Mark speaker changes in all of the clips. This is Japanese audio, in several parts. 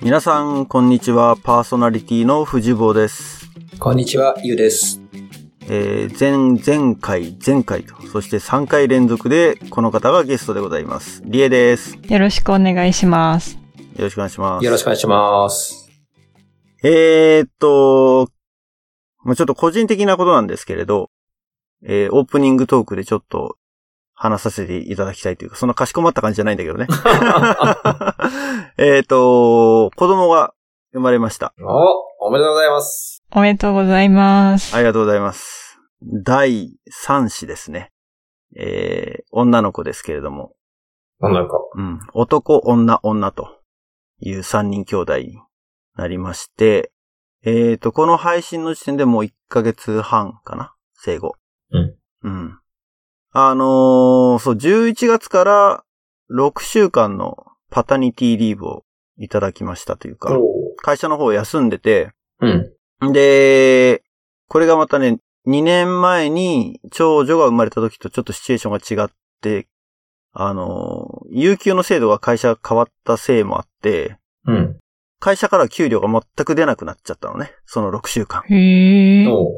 Speaker 1: 皆さん、こんにちは。パーソナリティの藤坊です。
Speaker 2: こんにちは、ゆうです。
Speaker 1: えー、前、前回、前回と、そして3回連続で、この方がゲストでございます。りえです。よ
Speaker 3: よろしくお願いします。
Speaker 1: ろしくお願いします。
Speaker 2: よろしくお願いします。
Speaker 1: えーっと、まあちょっと個人的なことなんですけれど、えー、オープニングトークでちょっと話させていただきたいというか、そんなかしこまった感じじゃないんだ けどね。 えーっと、子供が生まれました。
Speaker 2: お、おめでとうございます。
Speaker 3: おめでとうございます。
Speaker 1: ありがとうございます。第3子ですね。えー、女の子ですけれども、
Speaker 2: なんだか。
Speaker 1: うん、男、女、女という3人兄弟になりまして、えーと、この配信の時点でもう1ヶ月半かな生後。
Speaker 2: うん。
Speaker 1: うん。あのーそう、11月から6週間のパタニティリーブをいただきましたというか、
Speaker 2: お
Speaker 1: 会社の方休んでて、
Speaker 2: うん。
Speaker 1: で、これがまたね、2年前に長女が生まれた時とちょっとシチュエーションが違って、あの、有給の制度が会社変わったせいもあって、
Speaker 2: うん。
Speaker 1: 会社から給料が全く出なくなっちゃったのね。その6週間。
Speaker 3: へえ。
Speaker 2: お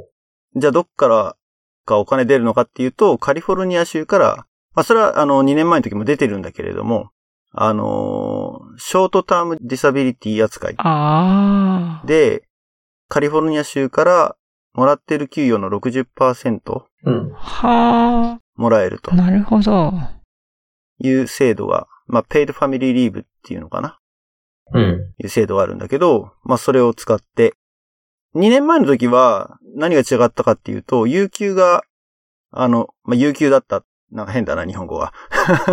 Speaker 1: じゃあどっからかお金出るのかっていうと、カリフォルニア州から、まあそれはあの2年前の時も出てるんだけれども、あの、ショートタームディサビリティ扱い
Speaker 3: ああ。
Speaker 1: で、カリフォルニア州からもらってる給与の60%
Speaker 2: うん。
Speaker 3: は
Speaker 1: もらえると
Speaker 3: あ。なるほど。
Speaker 1: いう制度が、まあ、ペイドファミリーリーブっていうのかな
Speaker 2: うん。
Speaker 1: いう制度があるんだけど、まあ、それを使って、2年前の時は何が違ったかっていうと、有給が、あの、まあ、有給だった。なんか変だな、日本語は。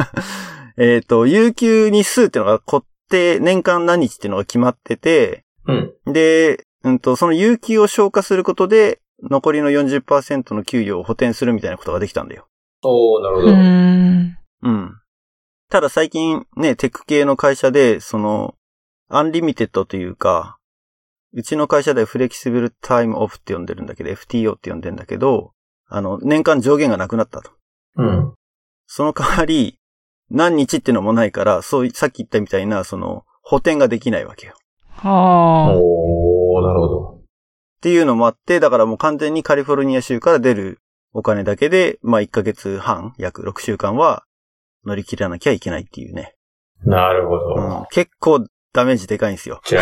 Speaker 1: えっと、有給日数っていうのが固定、年間何日っていうのが決まってて、
Speaker 2: うん。
Speaker 1: で、うんと、その有給を消化することで、残りの40%の給与を補填するみたいなことができたんだよ。
Speaker 2: おー、なるほ
Speaker 3: う
Speaker 2: ど。うん。
Speaker 3: ーん。
Speaker 1: うん。ただ最近ね、テック系の会社で、その、アンリミテッドというか、うちの会社ではフレキシブルタイムオフって呼んでるんだけど、FTO って呼んでんだけど、あの、年間上限がなくなったと。その代わり、何日ってのもないから、そうい、さっき言ったみたいな、その、補填ができないわけよ。
Speaker 3: は
Speaker 2: おー、なるほど。
Speaker 1: っていうのもあって、だからもう完全にカリフォルニア州から出るお金だけで、まあ1ヶ月半、約6週間は乗り切らなきゃいけないっていうね。
Speaker 2: なるほ
Speaker 1: うん
Speaker 2: ど。、
Speaker 1: 結構ダメージでかいんですよ。
Speaker 2: じゃ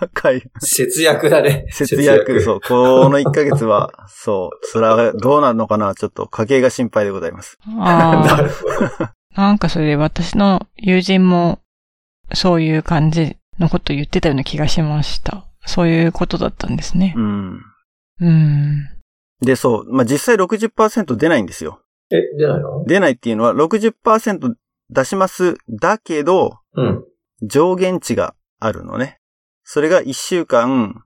Speaker 2: あ、
Speaker 1: かい
Speaker 2: 節約だね。
Speaker 1: 節約、そう、この1ヶ月は、 そう、つら、どうなるのかな、ちょっと家計が心配でございます。
Speaker 3: あ。あ
Speaker 2: な
Speaker 3: あ。
Speaker 2: るほど。
Speaker 3: なんかそれ私の友人もそういう感じのこと言ってたような気がしました。そういうことだったんですね
Speaker 1: う。ん。
Speaker 3: うん。
Speaker 1: で、そう、まあ、実際60%出ないんですよ。
Speaker 2: え、出ないの
Speaker 1: 出ないっていうのは60%出します。だけど、
Speaker 2: うん。
Speaker 1: 上限値があるのね。それが1週間、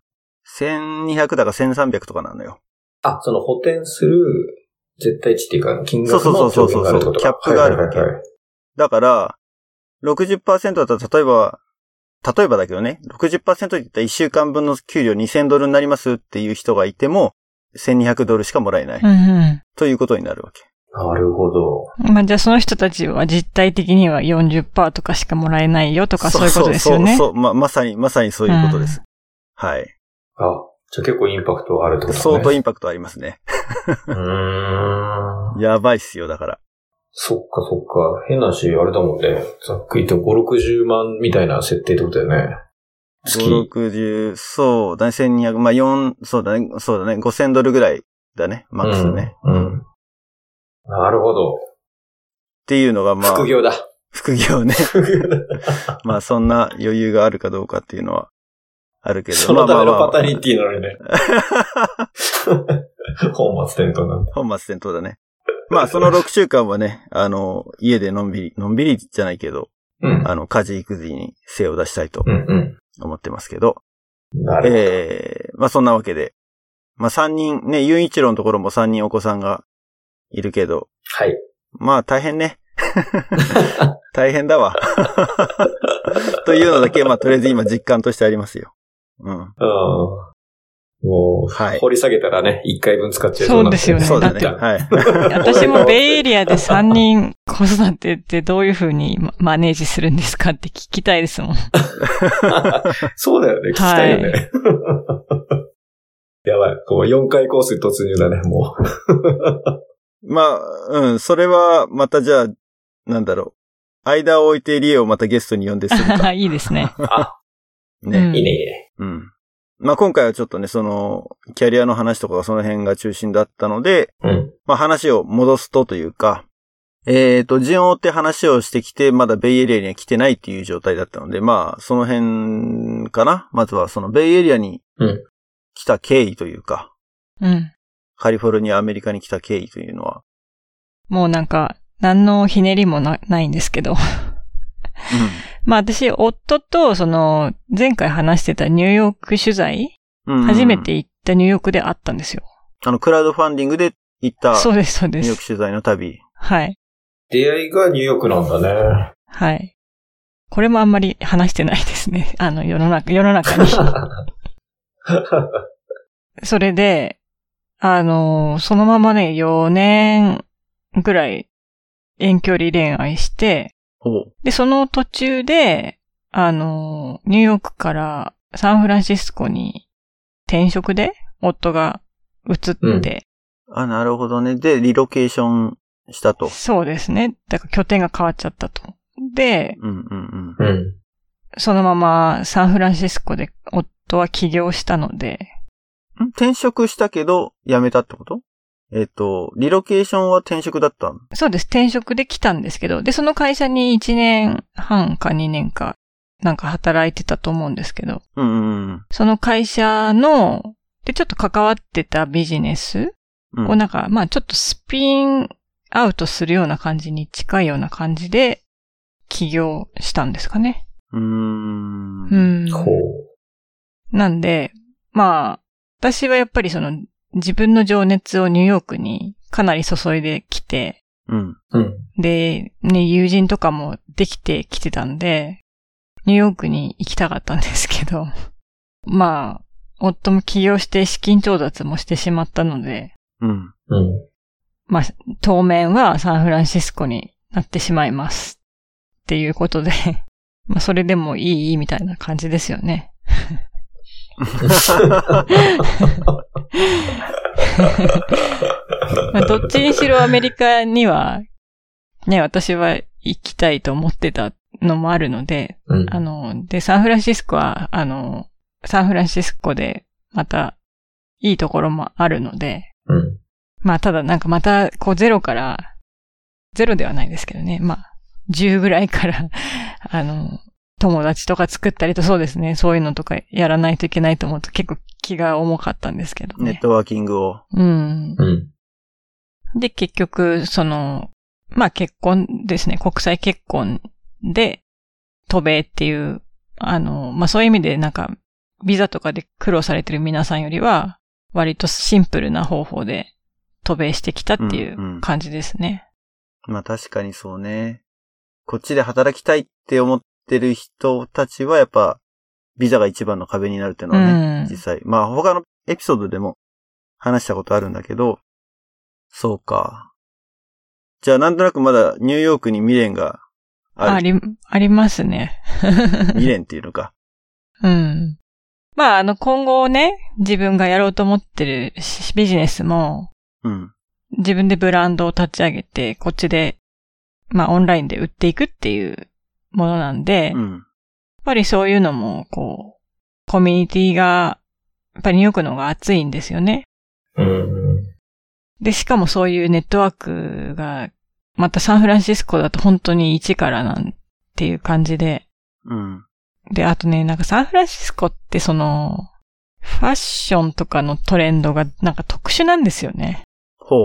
Speaker 1: 1200だか1300とかなのよ。
Speaker 2: あ、その補填する絶対値っていうか、金額
Speaker 1: そうそ
Speaker 2: の
Speaker 1: うそ
Speaker 2: 上
Speaker 1: うそう
Speaker 2: 限があるってことか。
Speaker 1: キャップがあるわけ
Speaker 2: はいはいはい
Speaker 1: だから、60%だったら、例えば、例えばだけどね、60%って言ったら1週間分の給料2000ドルになりますっていう人がいても、1200ドルしかもらえない、
Speaker 3: うん
Speaker 1: ということになるわけ。
Speaker 2: はい。なるほど。
Speaker 3: うん。まあ、じゃあその人たちは実態的には40%とかしかもらえないよとかそういうことですよね。
Speaker 1: そうそうそうま、まさに、まさにそういうことです。はい。
Speaker 2: あ、じゃあ結構インパクトはあるってことね。
Speaker 1: 相当インパクトありますね。
Speaker 2: うーん。
Speaker 1: やばいっすよ、だから。
Speaker 2: そっかそっか。変なし、あれだもんね。ざっくり言って5、60万みたいな設定ってことだよね。月。
Speaker 1: 5、60、そうだね、1200、まあ、4、そうだね、そうだね、5000ドルぐらいだね、マックスね。っ
Speaker 2: うん。うん。なるほど。
Speaker 1: ていうのが、まあ、
Speaker 2: 副業だ。
Speaker 1: 副業 ね。
Speaker 2: 副業だ。
Speaker 1: まあそんな余裕があるかどうかっていうのはあるけど。
Speaker 2: そのためのパタ
Speaker 1: リ
Speaker 2: ニティなのにね。 本末転倒なんだ。
Speaker 1: 本末転倒だね。まあその6週間はね、 あの、家でのんびり、のんびりじゃないけど、
Speaker 2: うん。
Speaker 1: あの、家事育児に精を出したいと
Speaker 2: うん
Speaker 1: 思ってますけど。
Speaker 2: うん。なる
Speaker 1: ええまあそんなわけで。まあ3人、ね、ユンイチロのところも3人お子さんがいるけど、
Speaker 2: はい。
Speaker 1: まあ大変ね。 大変だわ。 というのだけ、まあとりあえず今実感としてありますよ。うん。
Speaker 2: うん。もう、
Speaker 1: はい
Speaker 2: 掘り下げたらね、1回分使っちゃいそうなん
Speaker 3: そうですよね
Speaker 1: そうだね。
Speaker 2: なんか
Speaker 1: はい。
Speaker 3: 私もベイエリアで3人子育てってどういうふうにまマネージするんですかって聞きたいですもん。。
Speaker 2: そうだよね。聞きたいよね。 やばい。こう4回コースに突入だね、もう。
Speaker 1: まあ、うん、それは、またじゃあ、なんだろう。間を置いてリエをまたゲストに呼ん でするか
Speaker 3: いいですね。
Speaker 1: ね。
Speaker 3: うん
Speaker 2: いいね、いいね。
Speaker 1: うん。まあ今回はちょっとね、その、キャリアの話とかがその辺が中心だったので、
Speaker 2: うん。
Speaker 1: まあ話を戻すとというか、えっ、と、順を追って話をしてきて、まだベイエリアには来てないっていう状態だったので、まあ、その辺かな。まずはそのベイエリアに
Speaker 2: うん
Speaker 1: 来た経緯というか、
Speaker 3: うん。
Speaker 1: カリフォルニア、アメリカに来た経緯というのは、
Speaker 3: もうなんか、何のひねりもなないんですけど。 まあ私、夫と、その、前回話してたニューヨーク取材、
Speaker 1: うんうん
Speaker 3: 初めて行ったニューヨークで会ったんですよ。
Speaker 1: あの、クラウドファンディングで行った、
Speaker 3: そうです、そうで
Speaker 1: ニューヨー
Speaker 3: す
Speaker 1: ク。取材の旅。
Speaker 3: はい。
Speaker 2: 出会いがニューヨークなんだね。
Speaker 3: はい。これもあんまり話してないですね。あの、世の中、世の中 に。それで、あの、そのままね、4年ぐらい遠距離恋愛して、
Speaker 1: ほう。
Speaker 3: で、その途中で、あの、ニューヨークからサンフランシスコに転職で夫が移って、
Speaker 1: あ、なるほどね。で、リロケーションしたと。
Speaker 3: そうですね。だから拠点が変わっちゃったと。で、
Speaker 1: うんうん
Speaker 2: うん。
Speaker 3: そのままサンフランシスコで夫は起業したので、
Speaker 1: うん。ん転職したけど、辞めたってことえっ、と、リロケーションは転職だったの
Speaker 3: そうです。転職で来たんですけど、で、その会社に1年半か2年か、なんか働いてたと思うんですけど、
Speaker 1: うんうんうん
Speaker 3: その会社の、で、ちょっと関わってたビジネス
Speaker 1: うん。
Speaker 3: をなんか、まあちょっとスピンアウトするような感じに近いような感じで、起業したんですかね。
Speaker 1: うーん。
Speaker 3: う。ん。
Speaker 2: こう。
Speaker 3: なんで、まあ、私はやっぱりその、自分の情熱をニューヨークにかなり注いできて、
Speaker 1: うん。
Speaker 2: うん。
Speaker 3: で、ね、友人とかもできてきてたんで、ニューヨークに行きたかったんですけど、 まあ、夫も起業して資金調達もしてしまったので、
Speaker 1: うん。
Speaker 2: うん。
Speaker 3: まあ、当面はサンフランシスコになってしまいます。っていうことで、 まあ、それでもいいみたいな感じですよね。まあ、どっちにしろアメリカには、ね、私は行きたいと思ってたのもあるので、
Speaker 2: うん
Speaker 3: あの、で、サンフランシスコは、あの、サンフランシスコで、また、いいところもあるので、
Speaker 2: うん。
Speaker 3: まあ、ただなんかまた、こう、ゼロから、ゼロではないですけどね、まあ、10ぐらいから、 あの、友達とか作ったりと、そうですね、そういうのとかやらないといけないと思うと結構気が重かったんですけど
Speaker 1: ネッ
Speaker 3: ね。
Speaker 1: トワーキングを。
Speaker 3: うん。
Speaker 2: うん。
Speaker 3: で、結局、その、まあ結婚ですね、国際結婚で、渡米っていう、あの、まあそういう意味でなんか、ビザとかで苦労されてる皆さんよりは、割とシンプルな方法で渡米してきたってい
Speaker 1: んう
Speaker 3: うんう感じですね。
Speaker 1: まあ確かにそうね。こっちで働きたいって思ってる人たちはやっぱ、ビザが一番の壁になるっていうのはね、
Speaker 3: うん
Speaker 1: 実際。まあ他のエピソードでも話したことあるんだけど、そうか。じゃあなんとなくまだニューヨークに未練が
Speaker 3: あ
Speaker 1: ある。
Speaker 3: り、ありますね。
Speaker 1: 未練っていうのか。
Speaker 3: うん。まああの今後ね、自分がやろうと思ってるしビジネスも、
Speaker 1: うん。
Speaker 3: 自分でブランドを立ち上げて、こっちで、まあオンラインで売っていくっていうものなんで、
Speaker 1: う
Speaker 3: やっ
Speaker 1: ん。
Speaker 3: ぱりそういうのも、こう、コミュニティが、やっぱりニューヨークの方が熱いんですよね。
Speaker 2: うん。
Speaker 3: で、しかもそういうネットワークが、またサンフランシスコだと本当に一からなんていう感じで、
Speaker 1: うん。
Speaker 3: で、あとね、なんかサンフランシスコってその、ファッションとかのトレンドがなんか特殊なんですよね。
Speaker 1: ほ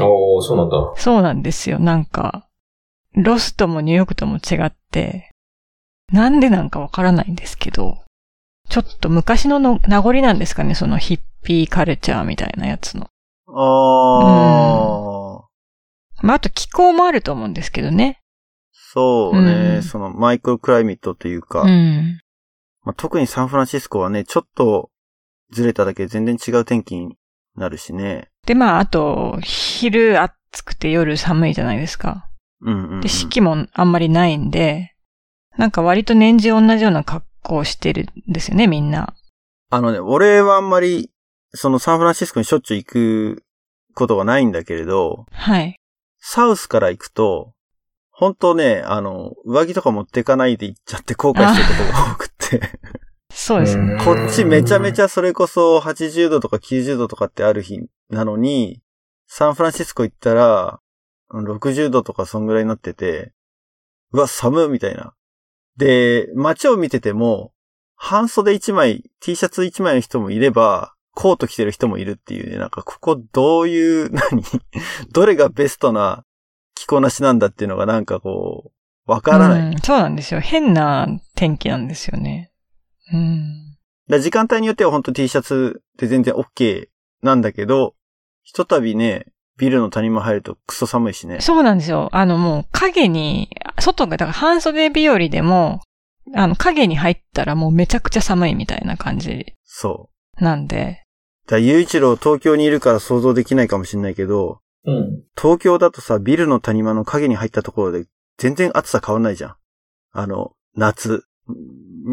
Speaker 2: おー、そうなんだ。
Speaker 3: そうなんですよ。なんか、ロスともニューヨークとも違って、なんでなんかわからないんですけど、ちょっと昔のの名残なんですかね、そのヒッピーカルチャーみたいなやつの。
Speaker 1: う。ああ。
Speaker 3: まあ、あと気候もあると思うんですけどね。
Speaker 1: そうね、
Speaker 3: うん
Speaker 1: そのマイクロクライミットというか、
Speaker 3: うん。
Speaker 1: まあ、特にサンフランシスコはね、ちょっとずれただけで全然違う天気になるしね。
Speaker 3: で、まあ、あと、昼暑くて夜寒いじゃないですか。
Speaker 1: うんうん、うん。
Speaker 3: で、四季もあんまりないんで、なんか割と年中同じような格好をしてるんですよね、みんな。
Speaker 1: あのね、俺はあんまり、そのサンフランシスコにしょっちゅう行くことはないんだけれど、
Speaker 3: はい。
Speaker 1: サウスから行くと、本当ね、あの、上着とか持ってかないで行っちゃって後悔してることが多くって。
Speaker 3: そうですね。
Speaker 1: こっちめちゃめち
Speaker 2: ゃ。
Speaker 1: ゃそれこそ80度とか90度とかってある日なのに、サンフランシスコ行ったら、うん60度とかそんぐらいになってて、うわ、寒いみたいな。で、街を見てても、半袖1枚、T シャツ1枚の人もいれば、コート着てる人もいるっていうね、なんかここどういう、 何どれがベストな着こなしなんだっていうのがなんかこう、わからない。
Speaker 3: うん。そうなんですよ。変な天気なんですよね。うん。
Speaker 1: だから時間帯によっては本当 T シャツで全然 OK なんだけど、ひとたびね、ビルの谷間入るとクソ寒いしね。
Speaker 3: そうなんですよ。あのもう影に、外が、だから半袖日和でも、あの影に入ったらもうめちゃくちゃ寒いみたいな感じ
Speaker 1: そ
Speaker 3: なんで。
Speaker 1: う。だから、ゆういちろう東京にいるから想像できないかもしんないけど、
Speaker 2: うん。
Speaker 1: 東京だとさ、ビルの谷間の影に入ったところで全然暑さ変わんないじゃん。あの、夏。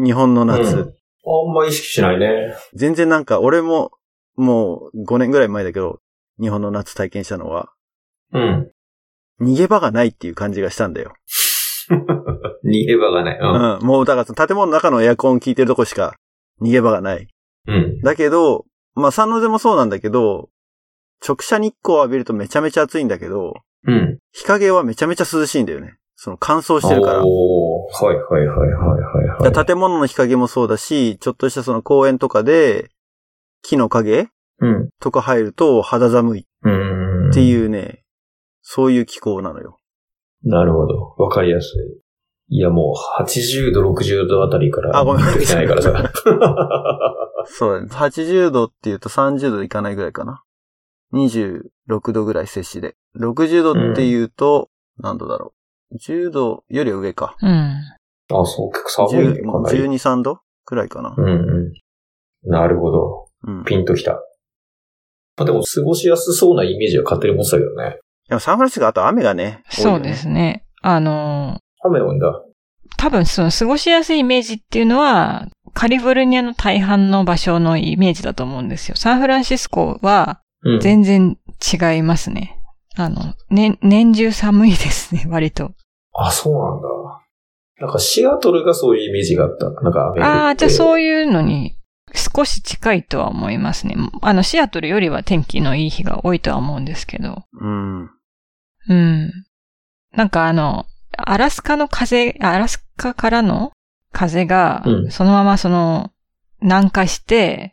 Speaker 1: 日本の夏。
Speaker 2: うんあんま意識しないね。
Speaker 1: 全然なんか俺も、もう5年ぐらい前だけど、日本の夏体験したのは、
Speaker 2: うん。
Speaker 1: 逃げ場がないっていう感じがしたんだよ。
Speaker 2: 逃げ場がない。う
Speaker 1: うん、もうだから建物の中のエアコン効いてるとこしか逃げ場がない。
Speaker 2: ん。うん。
Speaker 1: だけど、まあ、サンノゼもそうなんだけど、直射日光を浴びるとめちゃめちゃ暑いんだけど、
Speaker 2: うん。
Speaker 1: 日陰はめちゃめちゃ涼しいんだよね。その乾燥してるから。
Speaker 2: おーはいはいはいはいはい、
Speaker 1: だ
Speaker 2: は
Speaker 1: か
Speaker 2: い。
Speaker 1: ら建物の日陰もそうだし、ちょっとしたその公園とかで、木の陰
Speaker 2: うん。
Speaker 1: とか入ると肌寒いっ
Speaker 2: うん。
Speaker 1: て
Speaker 2: う
Speaker 1: い。うね、そういう気候なのよ。
Speaker 2: なるほど。わかりやすい。いやもう、80度、60度あたりから。
Speaker 1: あごめん
Speaker 2: できないからさ。
Speaker 1: そうだね。80度って言うと30度いかないぐらいかな。26度ぐらい摂氏で。60度って言うと、何度だろう。10度よりは上か。
Speaker 3: うん。
Speaker 2: あ、そう、結構寒いね、
Speaker 1: 10
Speaker 2: かなり。
Speaker 1: 12、3度くらいかな
Speaker 2: う。んうん。なるほど。
Speaker 1: うん。
Speaker 2: ピンときた。まあでも、過ごしやすそうなイメージは勝手に持ってたけどね。
Speaker 1: でもサンフランシスコあと雨がね。多い
Speaker 3: そ
Speaker 1: よ
Speaker 3: う
Speaker 1: ね
Speaker 3: ですね。あの、
Speaker 2: 雨多いんだ。
Speaker 3: 多分その過ごしやすいイメージっていうのは、カリフォルニアの大半の場所のイメージだと思うんですよ。サンフランシスコは
Speaker 2: うん。
Speaker 3: 全然違いますね。あの、年、年中寒いですね、割と。
Speaker 2: あ、そうなんだ。なんか、シアトルがそういうイメージがあった。なんか雨降って、
Speaker 3: ああ、じゃあ
Speaker 2: う。
Speaker 3: そういうのに少し近いとは思いますね。あの、シアトルよりは天気のいい日が多いとは思うんですけど。
Speaker 1: うん。
Speaker 3: うん。なんかあの、アラスカの風、アラスカからの風が
Speaker 2: う、ん
Speaker 3: そのままその、南下して、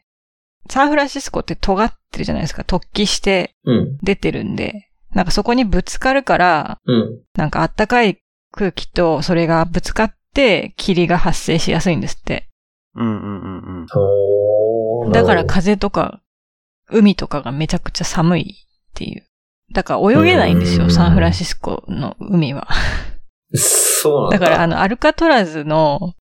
Speaker 3: サンフランシスコって尖ってるじゃないですか。突起して
Speaker 2: うん。
Speaker 3: 出てるんで。なんかそこにぶつかるから、
Speaker 2: うん。
Speaker 3: なんかあったかい空気とそれがぶつかって霧が発生しやすいんですって。
Speaker 1: うんうんうんうん。
Speaker 2: おー
Speaker 3: だから
Speaker 2: なる
Speaker 3: 風とか、海とかがめちゃくちゃ寒いっていう。だから泳げないんです
Speaker 2: う
Speaker 3: よ、
Speaker 2: ん
Speaker 3: サンフランシスコの海は。
Speaker 2: ほどそうなんだ。
Speaker 3: だからあの、アルカトラズの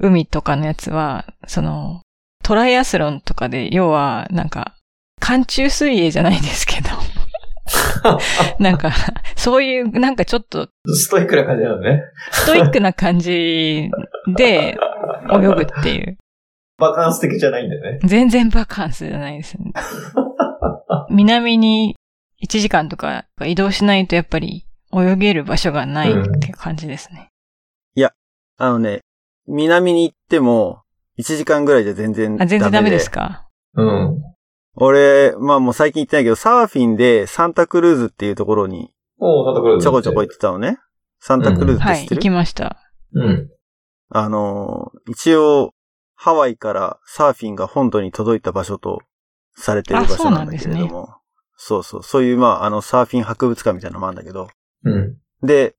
Speaker 3: 海とかのやつは、その、トライアスロンとかで、要は、なんか、寒中水泳じゃないんで すけど、なんか、そういう、なんかちょっと
Speaker 2: ストイックな感じなのね。
Speaker 3: ストイックな感じで泳ぐっていう。
Speaker 2: バカンス的じゃないんだよね。
Speaker 3: 全然バカンスじゃないで すね。南に1時間とか移動しないとやっぱり泳げる場所がないって感じですね。
Speaker 1: あのね、南に行っても、1時間ぐらいじゃ全然ダメで。
Speaker 3: あ、全然ダメですか
Speaker 2: うん。
Speaker 1: 俺、まあもう最近行ってないけど、サーフィンでサンタクルーズっていうところに
Speaker 2: おーサンタクルーズ
Speaker 1: ちょこちょこ行ってたのね。サンタクルーズっ
Speaker 3: は
Speaker 1: て
Speaker 3: い、
Speaker 1: 知って
Speaker 3: 行
Speaker 1: る、
Speaker 3: きました。
Speaker 2: うん。
Speaker 1: あのー、一応、ハワイからサーフィンが本土に届いた場所とされてる場所なんだけれども。
Speaker 3: あそ
Speaker 1: そう
Speaker 3: う
Speaker 1: そうそう。いう、まあ、あの、サーフィン博物館みたいなのもあるんだけど。
Speaker 2: うん。
Speaker 1: で、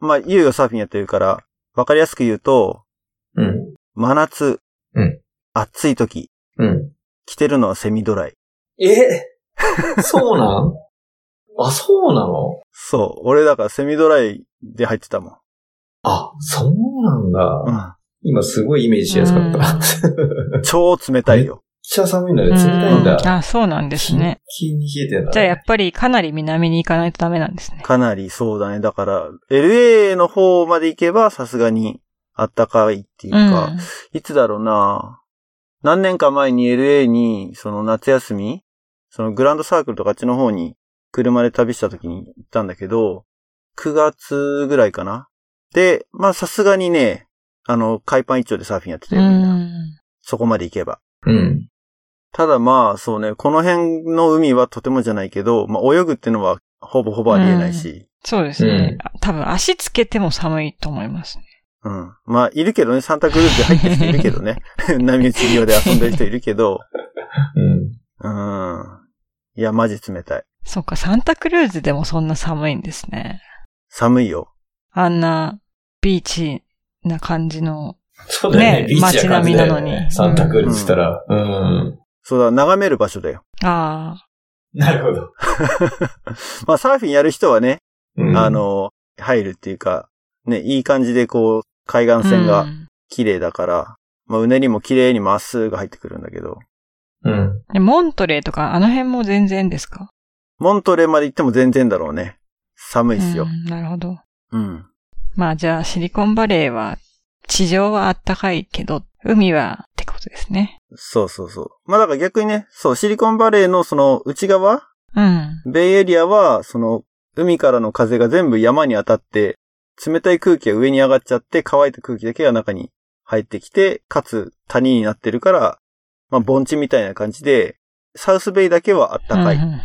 Speaker 1: まあ、ゆうがサーフィンやってるから、わかりやすく言うと、
Speaker 2: うん。
Speaker 1: 真夏、
Speaker 2: うん
Speaker 1: 暑い時、
Speaker 2: うん。
Speaker 1: 着てるのはセミドライ。
Speaker 2: えそうなんあ、そうなの
Speaker 1: そう。俺だからセミドライで入ってたもん。
Speaker 2: あ、そうなんだ。
Speaker 1: うん。
Speaker 2: 今すごいイメージしやすかった。
Speaker 1: 超冷たいよ。
Speaker 2: ちゃ寒いんだね。冷たいん
Speaker 3: うん
Speaker 2: だ。
Speaker 3: あ、そうなんですね。
Speaker 2: キンキンに冷えてんだ。
Speaker 3: じゃあやっぱりかなり南に行かないとダメなんですね。
Speaker 1: かなりそうだね。だから、LA の方まで行けばさすがに暖かいっていう
Speaker 3: う
Speaker 1: か、
Speaker 3: ん。
Speaker 1: いつだろうな何年か前に LA に、その夏休み、そのグランドサークルとかあっちの方に車で旅した時に行ったんだけど、9月ぐらいかな。で、まあさすがにね、あの、海パン一丁でサーフィンやってた
Speaker 3: う
Speaker 1: よ、みんな。
Speaker 3: ん。
Speaker 1: そこまで行けば。
Speaker 2: うん。
Speaker 1: ただまあそうね、この辺の海はとてもじゃないけど、まあ泳ぐってのはほぼほぼありえないし、
Speaker 3: そうですね
Speaker 2: うん。
Speaker 3: あ多分足つけても寒いと思いますね。
Speaker 1: うん。まあ、いるけどね、サンタクルーズで入ってる人いるけど ね。波打ち利用で遊んでる人いるけど、
Speaker 2: うん。
Speaker 1: うん。いや、マジ冷たい。
Speaker 3: そうか、サンタクルーズでもそんな寒いんですね。
Speaker 1: 寒いよ。
Speaker 3: あんなビーチな感じの。
Speaker 2: そうだよね。
Speaker 3: ね
Speaker 2: ビーチな感じだよ
Speaker 3: 街並みなの
Speaker 2: ね。
Speaker 3: に
Speaker 2: サンタクルーズしたら。うん。
Speaker 1: そうだ、眺める場所だよ。
Speaker 3: あ
Speaker 2: なるほど。
Speaker 1: まあ、サーフィンやる人はね、
Speaker 2: うん
Speaker 1: あ、の、入るっていうか、ね、いい感じでこう、海
Speaker 3: あ。
Speaker 1: 岸線
Speaker 3: う
Speaker 1: が
Speaker 3: ん
Speaker 1: 綺麗だから、まあ、うねりも綺麗にまっすぐ入ってくるんだけど、
Speaker 2: うん。
Speaker 3: でモントレーとかあの辺も全然ですか
Speaker 1: モントレーまで行っても全然だろうね。寒いっすよ
Speaker 3: う。んなるほど。
Speaker 1: うん。
Speaker 3: まあじゃあシリコンバレーは地上はあったかいけど、海はってことですね。
Speaker 1: そうそうそう。まあ、だから逆にね、そう、シリコンバレーのその内側
Speaker 3: うん。
Speaker 1: ベイエリアは、その、海からの風が全部山に当たって、冷たい空気が上に上がっちゃって、乾いた空気だけが中に入ってきて、かつ谷になってるから、まあ盆地みたいな感じで、サウスベイだけは暖かい。
Speaker 3: うんう
Speaker 1: だ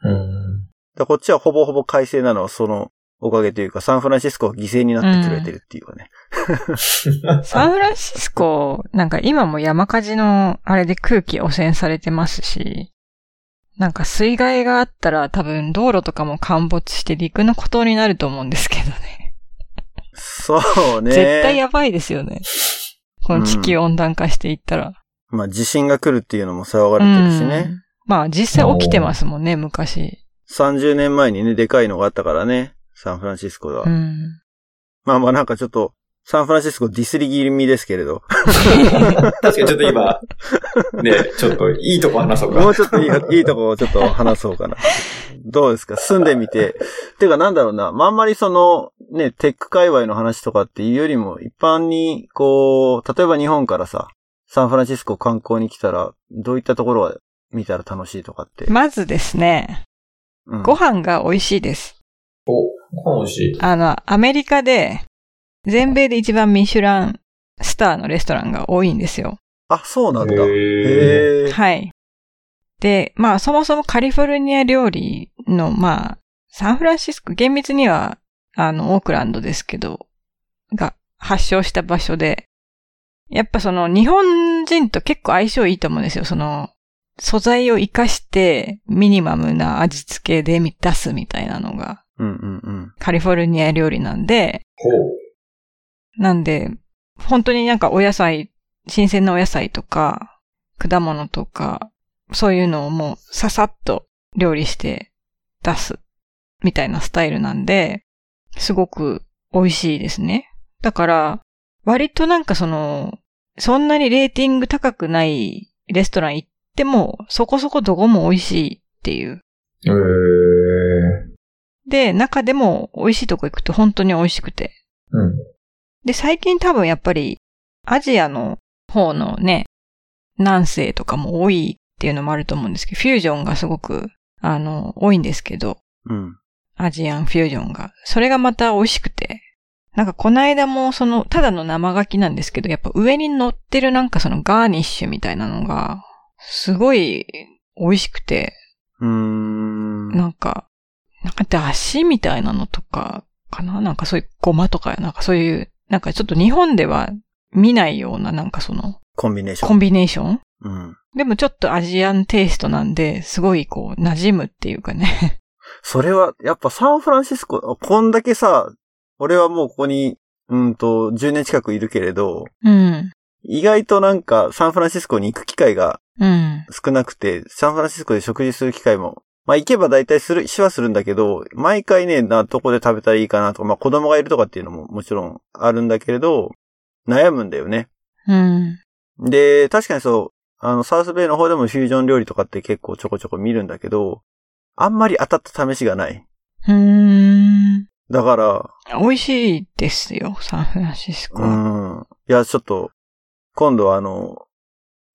Speaker 1: か
Speaker 3: んうん
Speaker 2: うん。
Speaker 1: らこっちはほぼほぼ快晴なのはそのおかげというか、サンフランシスコが犠牲になってくれてるっていうかね。
Speaker 3: サンフランシスコ、なんか今も山火事のあれで空気汚染されてますし、なんか水害があったら多分道路とかも陥没して陸の孤島になると思うんですけどね。
Speaker 1: そうね。
Speaker 3: 絶対やばいですよね。この地球温暖化していったら。
Speaker 1: まあ地震が来るっていうのも騒が
Speaker 3: う
Speaker 1: れてるし
Speaker 3: ん
Speaker 1: ね。
Speaker 3: まあ実際起きてますもんね、昔。
Speaker 1: 30年前にね、でかいのがあったからね。サンフランシスコでは。
Speaker 3: うん。
Speaker 1: まあまあなんかちょっと、サンフランシスコディスり気味ですけれど。
Speaker 2: 確かにちょっと今、ね、ちょっといいとこ話そうか。
Speaker 1: もうちょっとい い、いいとこをちょっと話そうかな。どうですか住んでみて。てかなんだろうな。まああんまりその、ね、テック界隈の話とかっていうよりも、一般に、こう、例えば日本からさ、サンフランシスコ観光に来たら、どういったところが見たら楽しいとかって。
Speaker 3: まずですね、
Speaker 1: うん
Speaker 3: ご飯が美味しいです。
Speaker 2: お、美味しい。
Speaker 3: あの、アメリカで、全米で一番ミシュランスターのレストランが多いんですよ。
Speaker 1: あ、そうなんだ。へ
Speaker 2: へー
Speaker 1: え。
Speaker 3: はい。で、まあそもそもカリフォルニア料理の、まあ、サンフランシスコ、厳密には、あの、オークランドですけど、が発祥した場所で、やっぱその日本人と結構相性いいと思うんですよ。その、素材を活かしてミニマムな味付けでみ出すみたいなのが
Speaker 1: うんうんうん。
Speaker 3: カリフォルニア料理なんで、
Speaker 2: ほう。
Speaker 3: なんで、本当になんかお野菜、新鮮なお野菜とか、果物とか、そういうのをもうささっと料理して出すみたいなスタイルなんで、すごく美味しいですね。だから、割となんかその、そんなにレーティング高くないレストラン行っても、そこそこどこも美味しいっていう。
Speaker 2: えー。
Speaker 3: で、中でも美味しいとこ行くと本当に美味しくて。
Speaker 2: うん。
Speaker 3: で、最近多分やっぱりアジアの方のね、南西とかも多いっていうのもあると思うんですけど、フュージョンがすごく、あの、多いんですけど、
Speaker 1: うん。
Speaker 3: アジアンフュージョンが。それがまた美味しくて。なんかこの間もその、ただの生牡蠣なんですけど、やっぱ上に乗ってるなんかそのガーニッシュみたいなのが、すごい美味しくて、
Speaker 1: うーん。
Speaker 3: なんか、なんか出汁みたいなのとかかななんかそういうごまとか、なんかそういう、なんかちょっと日本では見ないようななんかその
Speaker 1: コンビネーション。
Speaker 3: コンビネーション
Speaker 1: うん。
Speaker 3: でもちょっとアジアンテイストなんで、すごいこう馴染むっていうかね。
Speaker 1: それは、やっぱサンフランシスコ、こんだけさ、俺はもうここに、うんと、10年近くいるけれど、
Speaker 3: うん。
Speaker 1: 意外となんかサンフランシスコに行く機会が
Speaker 3: うん。
Speaker 1: 少なくて、サンフランシスコで食事する機会も、まあ行けば大体する、しはするんだけど、毎回ね、な、どこで食べたらいいかなとか、まあ子供がいるとかっていうのももちろんあるんだけれど、悩むんだよね。
Speaker 3: うん。
Speaker 1: で、確かにそう、あの、サウスベイの方でもフュージョン料理とかって結構ちょこちょこ見るんだけど、あんまり当たった試しがない。
Speaker 3: うーん。
Speaker 1: だから、
Speaker 3: 美味しいですよ、サンフランシスコ。
Speaker 1: うん。いや、ちょっと、今度はあの、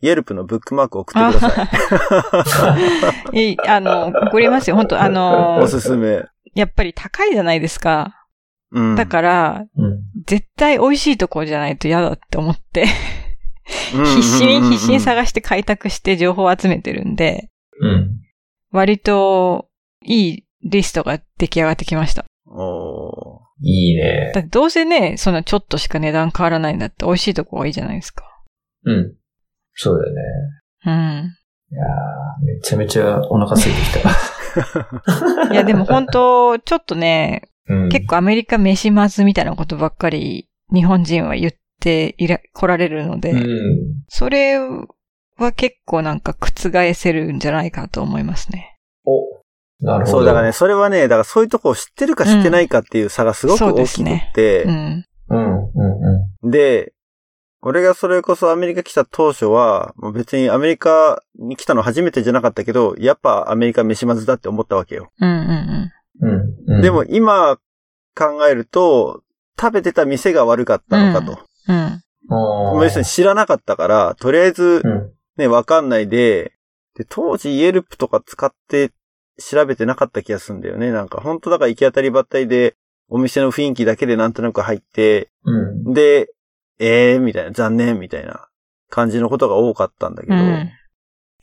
Speaker 1: イェルプのブックマーク送ってください。
Speaker 3: いい、あの、送りますよ。本当あの
Speaker 1: お、すすめ。
Speaker 3: やっぱり高いじゃないですか。
Speaker 1: うん。
Speaker 3: だから、
Speaker 2: うん。
Speaker 3: 絶対美味しいとこじゃないと嫌だって思って、
Speaker 1: うん
Speaker 3: 必死に必死に
Speaker 1: が
Speaker 3: 探して開拓して情報を集めてるんで、
Speaker 2: うん。
Speaker 3: 割といいリストが出来上がってきました。
Speaker 1: お
Speaker 2: いいね。
Speaker 3: だってどうせね、そんなちょっとしか値段変わらないんだって美味しいとこがいいじゃないですか。
Speaker 2: うん。そうだよね。
Speaker 3: うん。
Speaker 2: いやーめちゃめちゃお腹空いてきた。
Speaker 3: いや、でも本当ちょっとね、
Speaker 2: うん。
Speaker 3: 結構アメリカ飯まずみたいなことばっかり日本人は言っていら、来られるので、
Speaker 2: うん。
Speaker 3: それは結構なんか覆せるんじゃないかと思いますね。
Speaker 2: お、な
Speaker 1: ー
Speaker 2: るほど。
Speaker 1: そう、だからね、。それはね、だからそういうとこを知ってるか知ってないかっていう差がすごく
Speaker 3: そう
Speaker 1: 大
Speaker 3: で
Speaker 1: き
Speaker 3: す
Speaker 1: く
Speaker 3: ね
Speaker 1: って、
Speaker 3: うん。
Speaker 2: うん、うん、う
Speaker 1: で、俺がそれこそアメリカ来た当初は、もう別にアメリカに来たの初めてじゃなかったけど、やっぱアメリカ飯まずだって思ったわけよ。
Speaker 3: うんうん
Speaker 2: ん。うん、うん。
Speaker 1: でも、今考えると、食べてた店が悪かったのかと。
Speaker 3: うん。うん。
Speaker 2: あ
Speaker 1: もう要するに知らなかったから、とりあえず
Speaker 2: ーうん。
Speaker 1: ね、わかんないで、で、当時イエルプとか使って調べてなかった気がするんだよね。なんか、本当だから行き当たりばったりで、お店の雰囲気だけでなんとなく入って、
Speaker 2: うん。
Speaker 1: で、えー、みたいな、残念、みたいな感じのことが多かったんだけ
Speaker 3: う
Speaker 1: ど。
Speaker 3: ん。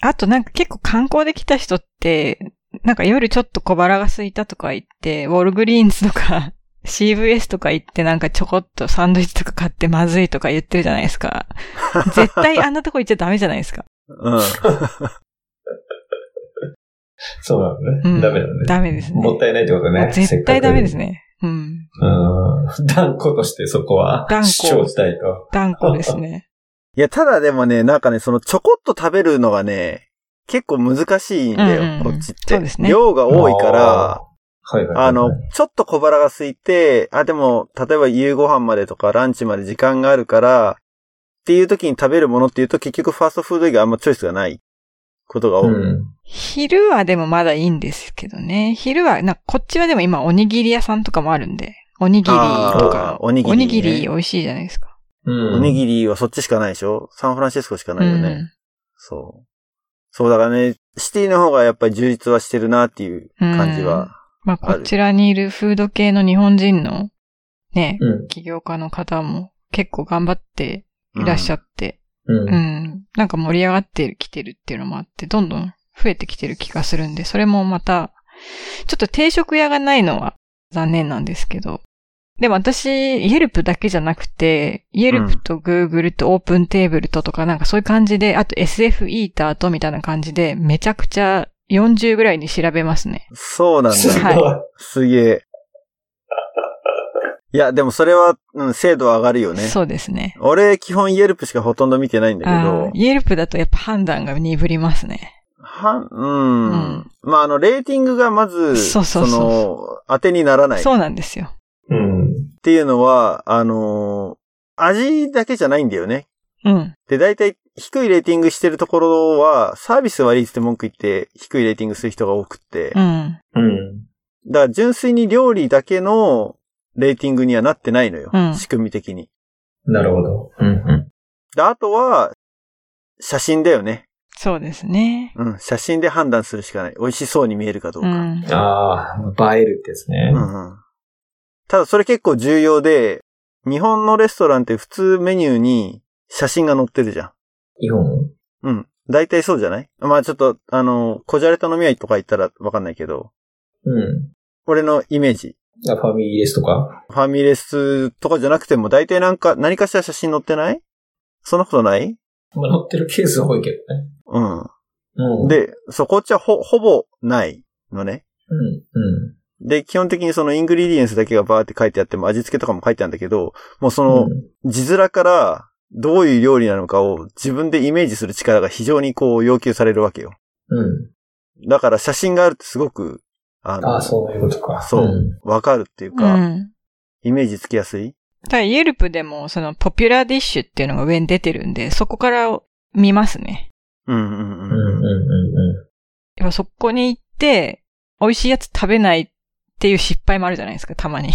Speaker 3: あとなんか結構観光で来た人って、なんか夜ちょっと小腹が空いたとか言って、ウォルグリーンズとか CVS とか行ってなんかちょこっとサンドイッチとか買ってまずいとか言ってるじゃないで すか。絶対あんなとこ行っちゃダメじゃないですか。
Speaker 1: うん。
Speaker 2: そうな
Speaker 3: う
Speaker 2: のね。
Speaker 3: ん。
Speaker 2: ダメだね。
Speaker 3: ダメですね。
Speaker 2: もったいないってこと
Speaker 3: も
Speaker 2: ね
Speaker 3: う。絶対ダメです
Speaker 2: ね。
Speaker 3: ね。うん。
Speaker 2: うん。断固としてそこは、
Speaker 3: 断固
Speaker 2: 主張したいと。
Speaker 3: 断固ですね。
Speaker 1: いや、ただでもね、なんかね、そのちょこっと食べるのがね、結構難しいんだよ、
Speaker 3: うんうん
Speaker 1: こ
Speaker 3: うん
Speaker 1: っちって。
Speaker 3: そうですね
Speaker 1: 量が多いから、
Speaker 2: あー、はいはいはいはい。
Speaker 1: あの、ちょっと小腹が空いて、あ、でも、例えば夕ご飯までとかランチまで時間があるから、っていう時に食べるものっていうと結局ファーストフード以外あんまチョイスがないことが多い。
Speaker 2: うん。
Speaker 3: 昼はでもまだいいんですけどね。昼は、なんかこっちはでも今おにぎり屋さんとかもあるんで。おにぎりと
Speaker 1: あ
Speaker 3: か
Speaker 1: ー。おにぎりね
Speaker 3: おにぎり美味しいじゃないですか。
Speaker 2: うん。
Speaker 1: おにぎりはそっちしかないでしょサンフランシスコしかないよね、
Speaker 3: うん
Speaker 1: そう。そうだからね、シティの方がやっぱり充実はしてるなっていう感じは。
Speaker 3: まあ、
Speaker 1: ある
Speaker 3: こちらにいるフード系の日本人のね、
Speaker 2: うん。
Speaker 3: 起業家の方も結構頑張っていらっしゃ
Speaker 1: っ
Speaker 3: って、
Speaker 2: う
Speaker 3: うん、
Speaker 2: ん。
Speaker 3: なんか盛り上がってきてるっていうのもあって、どんどん増えてきてる気がするんで、それもまた、ちょっと定食屋がないのは残念なんですけど、でも私、イエルプだけじゃなくて、イエルプとグーグルとオープンテーブルととかなんかそういう感じで、あと SF イーターとみたいな感じで、めちゃくちゃ40ぐらいに調べますね。
Speaker 1: そうなんだ。
Speaker 2: す
Speaker 3: は
Speaker 2: ごい。
Speaker 1: すげえ。いや、でもそれは、うん、精度は上がるよね。
Speaker 3: そうですね。
Speaker 1: 俺、基本イエルプしかほとんど見てないんだけど。
Speaker 3: イエルプだとやっぱ判断が鈍りますね。
Speaker 1: は、うん。
Speaker 3: うん
Speaker 1: まあ、あの、レーティングがまず、
Speaker 3: そうそうそう
Speaker 1: の、当てにならないっ
Speaker 3: そうなんですよ。
Speaker 2: うん。
Speaker 1: ていうのは、あのー味だけじゃないんだよね。
Speaker 3: うん。
Speaker 1: で、大体、低いレーティングしてるところは、サービス悪いっつって文句言って、低いレーティングする人が多くって。
Speaker 3: うん。
Speaker 2: うん。
Speaker 1: だから、純粋に料理だけの、レーティングにはなってないのよ。
Speaker 3: うん
Speaker 1: 仕組み的に。
Speaker 2: なるほど。うん、うん。
Speaker 1: で、あとは、写真だよね。
Speaker 3: そうですね。
Speaker 1: うん。写真で判断するしかない。美味しそうに見えるかどう
Speaker 3: う
Speaker 1: か。
Speaker 3: ん。
Speaker 2: ああ、映えるってやつね。
Speaker 1: うんただそれ結構重要で、日本のレストランって普通メニューに写真が載ってるじゃ
Speaker 2: 日本
Speaker 1: ん。うん。大体そうじゃないまあちょっと、あの、こじゃれた飲み屋とか行ったらわかんないけど、
Speaker 2: うん。
Speaker 1: 俺のイメージ。
Speaker 2: あファミリーレスとか
Speaker 1: ファミレスとかじゃなくても大体なんか、何かしら写真載ってないそんなことない
Speaker 2: まあ、乗ってるケースが多いけどね。
Speaker 1: う。
Speaker 2: うんん。、
Speaker 1: で、そこっちはほ、ほぼないのね。
Speaker 2: うん、うん。
Speaker 1: で、基本的にそのイングリディエンスだけがバーって書いてあっても味付けとかも書いてあるんだけど、もうその、
Speaker 2: うん
Speaker 1: 字面からどういう料理なのかを自分でイメージする力が非常にこう要求されるわけよ。
Speaker 2: うん。
Speaker 1: だから写真があるってすごく、あ
Speaker 2: あ
Speaker 1: の
Speaker 2: あ、、そういうことか。
Speaker 1: そうわかるっていう
Speaker 3: う
Speaker 1: か、
Speaker 3: ん。
Speaker 1: イメージつきやすい。
Speaker 3: ただ、イエルプでも、その、ポピュラーディッシュっていうのが上に出てるんで、そこから見ますね。
Speaker 1: うん
Speaker 2: う
Speaker 1: うん
Speaker 2: んうん
Speaker 1: うん。
Speaker 2: う
Speaker 3: やっぱそこに行って、美味しいやつ食べないっていう失敗もあるじゃないですか、たまに。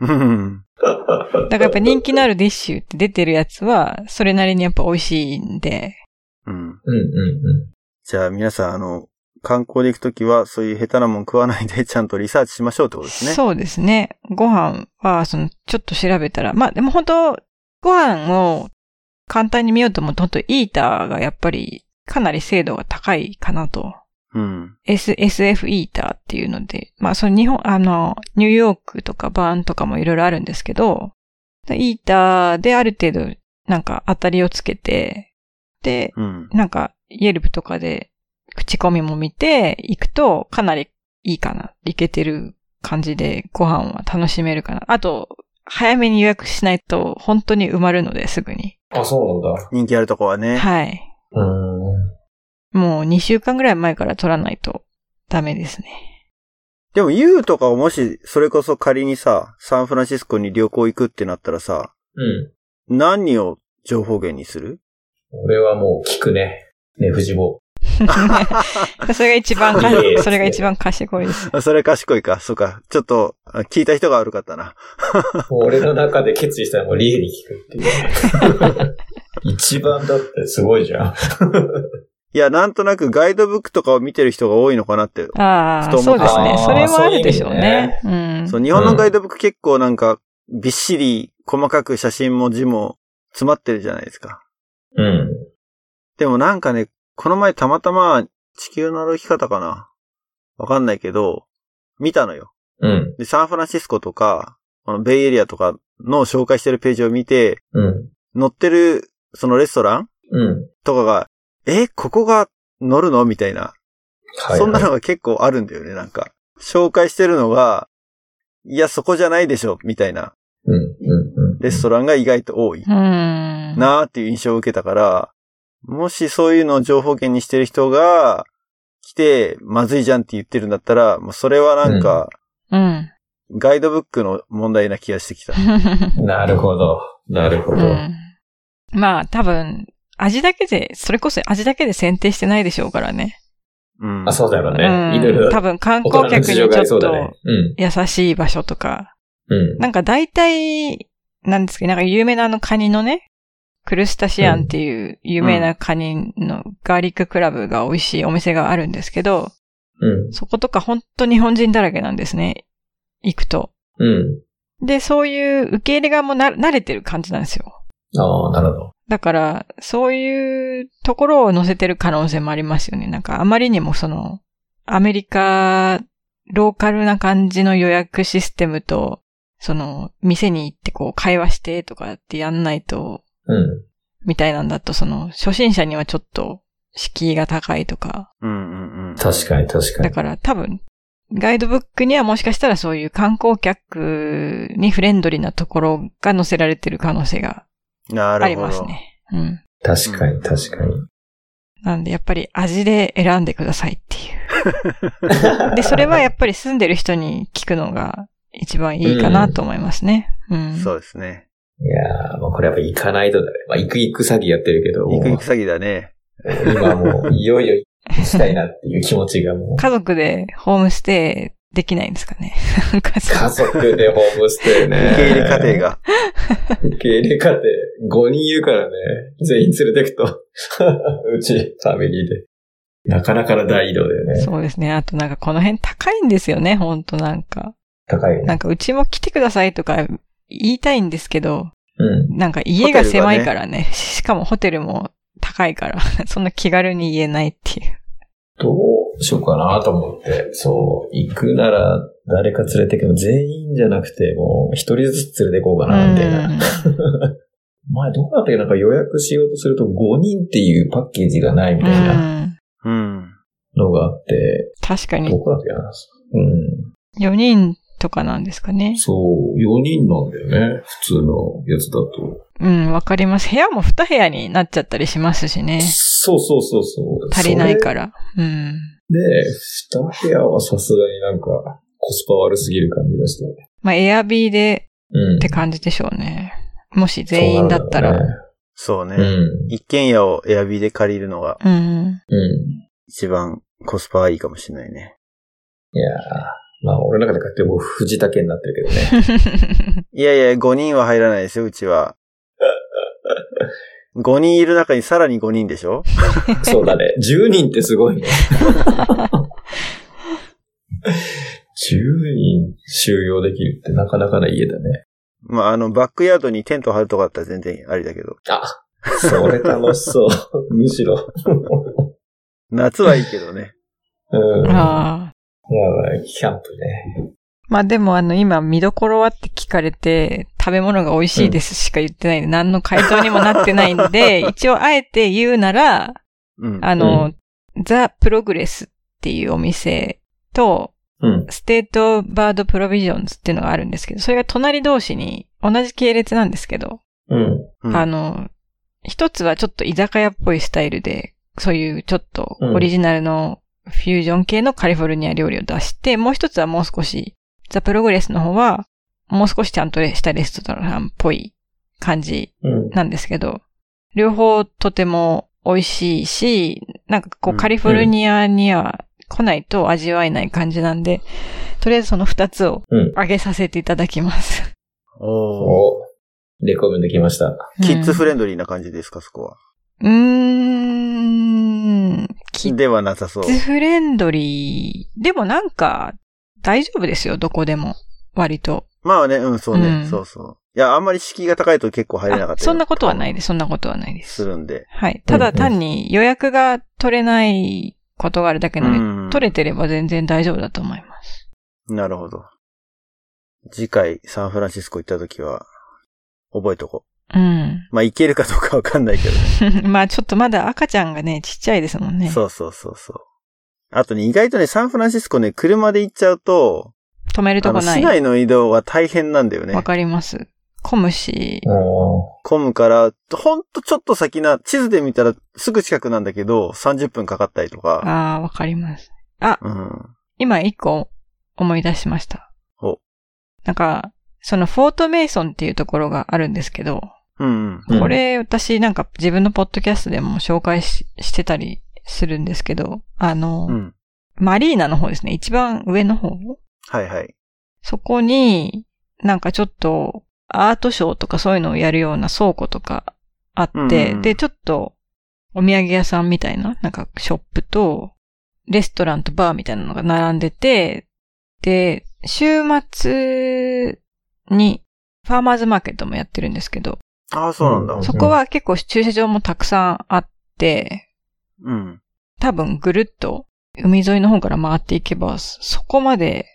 Speaker 1: うん
Speaker 3: だからやっぱ人気のあるディッシュって出てるやつは、それなりにやっぱ美味しいんで、
Speaker 1: うん。
Speaker 2: んうん。うんうんうん。
Speaker 1: じゃあ皆さん、あの、観光で行くときは、そういう下手なもん食わないで、ちゃんとリサーチしましょうってことですね。
Speaker 3: そうですね。ご飯は、その、ちょっと調べたら、まあでも本当ご飯を簡単に見ようと思うと、本当イーターがやっぱりかなり精度が高いかなと。
Speaker 1: うん。
Speaker 3: S、SF イーターっていうので、まあその日本、あの、ニューヨークとかバーンとかもいろいろあるんですけど、イーターである程度なんか当たりをつけて、で、
Speaker 1: うん。
Speaker 3: なんか、イェルプとかで口コミも見て行くとかなりいいかな。いけてる感じでご飯は楽しめるかな。あと、早めに予約しないと本当に埋まるので、すぐに。
Speaker 2: あ、そうなんだ。
Speaker 1: 人気あるとこはね。
Speaker 3: はい。
Speaker 2: うーん。
Speaker 3: もう2週間ぐらい前から取らないとダメで すね。
Speaker 1: でも、ユウとかをもし、それこそ仮にさ、サンフランシスコに旅行行くってなったらさ、
Speaker 2: うん。
Speaker 1: 何を情報源にする
Speaker 2: 俺はもう聞くね。ね、藤棒。
Speaker 3: それが一番
Speaker 2: いいです、ね
Speaker 3: それが一番賢いです。
Speaker 1: あそれ賢いか。そうか。ちょっと、あ聞いた人が悪かったな。
Speaker 2: もう俺の中で決意したらもうリエに聞くって いう。一番だってすごいじゃん。
Speaker 1: いや、なんとなくガイドブックとかを見てる人が多いのかなって。
Speaker 3: あ
Speaker 1: 太
Speaker 3: あ、
Speaker 1: も
Speaker 3: そ
Speaker 1: も
Speaker 3: うですね。
Speaker 2: あー
Speaker 3: それはあるでしょうね。
Speaker 1: そうう、日本のガイドブック結構なんか、びっしり細かく写真も字も詰まってるじゃないですか。
Speaker 2: うん。
Speaker 1: でもなんかね、この前たまたま地球の歩き方かなわかんないけど、見たのよ。
Speaker 2: うん。
Speaker 1: で、サンフランシスコとか、このベイエリアとかの紹介してるページを見て、
Speaker 2: うん。
Speaker 1: 乗ってる、そのレストラン
Speaker 2: うん。
Speaker 1: とかが、え、ここが乗るのみたいな。
Speaker 2: はい。
Speaker 1: そんなのが結構あるんだよね、なんか。紹介してるのが、いや、そこじゃないでしょ、みたいな
Speaker 2: うん。うん。うん。
Speaker 1: レストランが意外と多い
Speaker 3: ん。うん。
Speaker 1: なーっていう印象を受けたから、もしそういうのを情報源にしてる人が来て、まずいじゃんって言ってるんだったら、もうそれはなんか、
Speaker 3: うん。
Speaker 1: ガイドブックの問題な気がしてきた。
Speaker 2: なるほど。なるほど。
Speaker 3: うんまあ、多分、味だけで、それこそ味だけで選定してないでしょうからね。
Speaker 1: うん。
Speaker 2: あ、そうだろう
Speaker 3: うん
Speaker 2: ね。いろいろ。
Speaker 3: 多分観
Speaker 2: 大人の
Speaker 3: 光客
Speaker 2: 事情
Speaker 3: に
Speaker 2: が
Speaker 3: ち
Speaker 2: あ
Speaker 3: ょ
Speaker 2: り
Speaker 3: っ
Speaker 2: そうだ
Speaker 3: と
Speaker 2: ね。うん。
Speaker 3: 優しい場所とか。
Speaker 2: うん。
Speaker 3: なんか大体、なんですけど、なんか有名なあのカニのね、クルスタシアンっていう有名なカニのガーリッククラブが美味しいお店があるんですけど、
Speaker 2: うん。
Speaker 3: そことか本当日本人だらけなんですね。行くと。
Speaker 2: うん。
Speaker 3: で、そういう受け入れがもうな慣れてる感じなんですよ。
Speaker 2: ああ、なるほど。
Speaker 3: だから、そういうところを載せてる可能性もありますよね。なんか、あまりにもその、アメリカ、ローカルな感じの予約システムと、その、店に行ってこう、会話してとかってやんないと、
Speaker 2: うん。
Speaker 3: みたいなんだと、その、初心者にはちょっと、敷居が高いとか。
Speaker 1: うんうんうん。
Speaker 2: 確かに確か
Speaker 3: だ
Speaker 2: に。
Speaker 3: から、多分、ガイドブックにはもしかしたらそういう観光客にフレンドリーなところが載せられてる可能性が
Speaker 1: なるほど。
Speaker 3: ありますね。うん。
Speaker 2: 確かに確かに。
Speaker 3: なんで、やっぱり味で選んでくださいって いう。で、それはやっぱり住んでる人に聞くのが一番いいかなと思いますね。うん。
Speaker 1: そうですね。
Speaker 2: いやー、もうこれやっぱ行かないとだね。まあ、行く行く詐欺やってるけど、も
Speaker 1: 行
Speaker 2: う
Speaker 1: く行く詐欺だね。
Speaker 2: 今もう、いよいよ行きたいなっていう気持ちがもう、
Speaker 3: 家族でホームステイできないんですかね。 なんかそう
Speaker 2: 家族でホームステイね。
Speaker 1: 受け入れ過程。が。
Speaker 2: 受け入れ家庭、5人いるからね。全員連れてくと。 うち、ファミリーで。なかなかの大移動だよね。
Speaker 3: そうですね。あとなんかこの辺高いんですよね。ほんとなんか。
Speaker 2: 高いよね。
Speaker 3: なんかうちも来てくださいとか言いたいんですけど、
Speaker 2: うん。
Speaker 3: なんか家が狭いからね。しかもホテルも高いから、 そんな気軽に言えないっていう。
Speaker 2: どうしようかなと思って。そう、行くなら誰か連れてくの全員じゃなくて、もう一人ずつ連れて行こうかな、みたいな。 前どうだったっけなんか予約しようとすると5人っていうパッケージがないみ
Speaker 3: う。
Speaker 2: たいなん
Speaker 3: う
Speaker 1: う
Speaker 3: ん。
Speaker 1: ん。
Speaker 2: のがあって、
Speaker 3: 確かに
Speaker 2: どこだったっけなう
Speaker 3: 4人とかなんですかね
Speaker 2: ん。。そう、4人なんだよね。普通のやつだと。
Speaker 3: うん、わかります。部屋も2部屋になっちゃったりしますしね。
Speaker 2: そうそうそうそう。
Speaker 3: 足りない
Speaker 2: ら。
Speaker 3: から。うん。
Speaker 2: で、2部屋はさすがになんかコスパ悪すぎる感じがして。
Speaker 3: まあ、エアビーで
Speaker 2: うん
Speaker 3: って。感じでしょうね。もし全員だっ
Speaker 2: そ
Speaker 3: た
Speaker 2: うな
Speaker 3: ら。
Speaker 2: んだよね
Speaker 1: そうね。
Speaker 2: うん。うん。
Speaker 1: 一軒家をエアビーで借りるのが
Speaker 3: うん。
Speaker 1: 一番コスパいいかもしれないね。
Speaker 2: いやーまあ、俺の中で買ってもう藤竹になってるけど ね。
Speaker 1: いやいや、5人は入らないですよ、うちは。5人いる中にさらに5人でしょ
Speaker 2: そうだね。10人ってすごいね。10人収容できるってなかなかな家だね。
Speaker 1: まあ、あの、バックヤードにテント張るとかだったら全然ありだけど。
Speaker 2: あ、それ楽しそう。むしろ。
Speaker 1: 夏はいいけどね。
Speaker 2: うん。 や
Speaker 3: ああ。
Speaker 2: ばい、キャンプね。
Speaker 3: まあでもあの今見どころはって聞かれて食べ物が美味しいですしか言ってないんで、何の回答にもなってないんで、一応あえて言うなら、
Speaker 1: うん。
Speaker 3: あの、ザ・プログレスっていうお店と、
Speaker 2: うん。
Speaker 3: ステート・バード・プロビジョンズっていうのがあるんですけど、それが隣同士に同じ系列なんですけど、
Speaker 2: うん。
Speaker 1: うん
Speaker 3: あの、一つはちょっと居酒屋っぽいスタイルで、そういうちょっと
Speaker 2: うん
Speaker 3: オリジナルのフュージョン系のカリフォルニア料理を出して、もう一つはもう少し、ザ・プログレスの方は、もう少しちゃんとしたレストランっぽい感じ
Speaker 2: うん。
Speaker 3: なんですけど、両方とても美味しいし、なんかこ
Speaker 1: う
Speaker 3: うんカリフォルニアには来ないと味わえない感じなんで、とりあえずその二つを
Speaker 2: うん
Speaker 3: 挙げさせていただきます。
Speaker 1: おー
Speaker 2: おレコメンできました。
Speaker 1: キッズフ
Speaker 3: レ
Speaker 1: レンドリーな感じですか、そこは。
Speaker 3: うーん、キッ
Speaker 1: ではなさそう。
Speaker 3: ズフレンドリー。でもなんか、大丈夫ですよ、どこでも。割と。
Speaker 1: まあね、うん、そうね、
Speaker 3: うん
Speaker 1: そうそう。いや、あんまり敷居が高いと結構入れなかったり。
Speaker 3: あそんなことはないですす、そんなことはないですす。
Speaker 1: るんで。
Speaker 3: はい。た
Speaker 2: うんう
Speaker 3: だ
Speaker 2: ん
Speaker 3: 単に予約が取れないことがあるだけなので、
Speaker 1: うん
Speaker 3: 取れてれば全然大丈夫だと思います。
Speaker 1: なるほど。次回、サンフランシスコ行った時は、覚えとこ
Speaker 3: うん。
Speaker 1: う。まあ、行けるかどうかわかんないけどね。
Speaker 3: まあちょっとまだ赤ちゃんがね、ちっちゃいですもんね。
Speaker 1: そうそうそうそう。あとね、意外とね、サンフランシスコね、車で行っちゃうと、
Speaker 3: 止める
Speaker 1: あ
Speaker 3: と
Speaker 1: の
Speaker 3: こな
Speaker 1: 市
Speaker 3: い。
Speaker 1: 内の移動は大変なんだよね
Speaker 3: わ。かります。混むし、
Speaker 2: お
Speaker 1: 混むから、ほんとちょっと先な、地図で見たらすぐ近くなんだけど、30分かかったりとか。
Speaker 3: ああ、わかります。
Speaker 1: うん。
Speaker 3: 今一個思い出しました。
Speaker 1: お
Speaker 3: なんか、そのフォートメイソンっていうところがあるんですけど、
Speaker 1: うんうん。
Speaker 2: ー
Speaker 3: こ、れ、私なんか自分のポッドキャストでも紹介ししてたりするんですけど、あの、
Speaker 1: うん。
Speaker 3: マリーナの方ですね。一番上の方。
Speaker 1: はいはい。
Speaker 3: そこに、なんかちょっとアートショーとかそういうのをやるような倉庫とかあって、
Speaker 1: うんうん
Speaker 3: で、ちょっとお土産屋さんみたいな、なんかショップと、レストランとバーみたいなのが並んでて、で、週末にファーマーズマーケットもやってるんですけど、
Speaker 1: ああ、そうなんだ。
Speaker 3: そこは結構駐車場もたくさんあって、
Speaker 1: うん。
Speaker 3: 多分ぐるっと海沿いの方から回っていけば、そこまで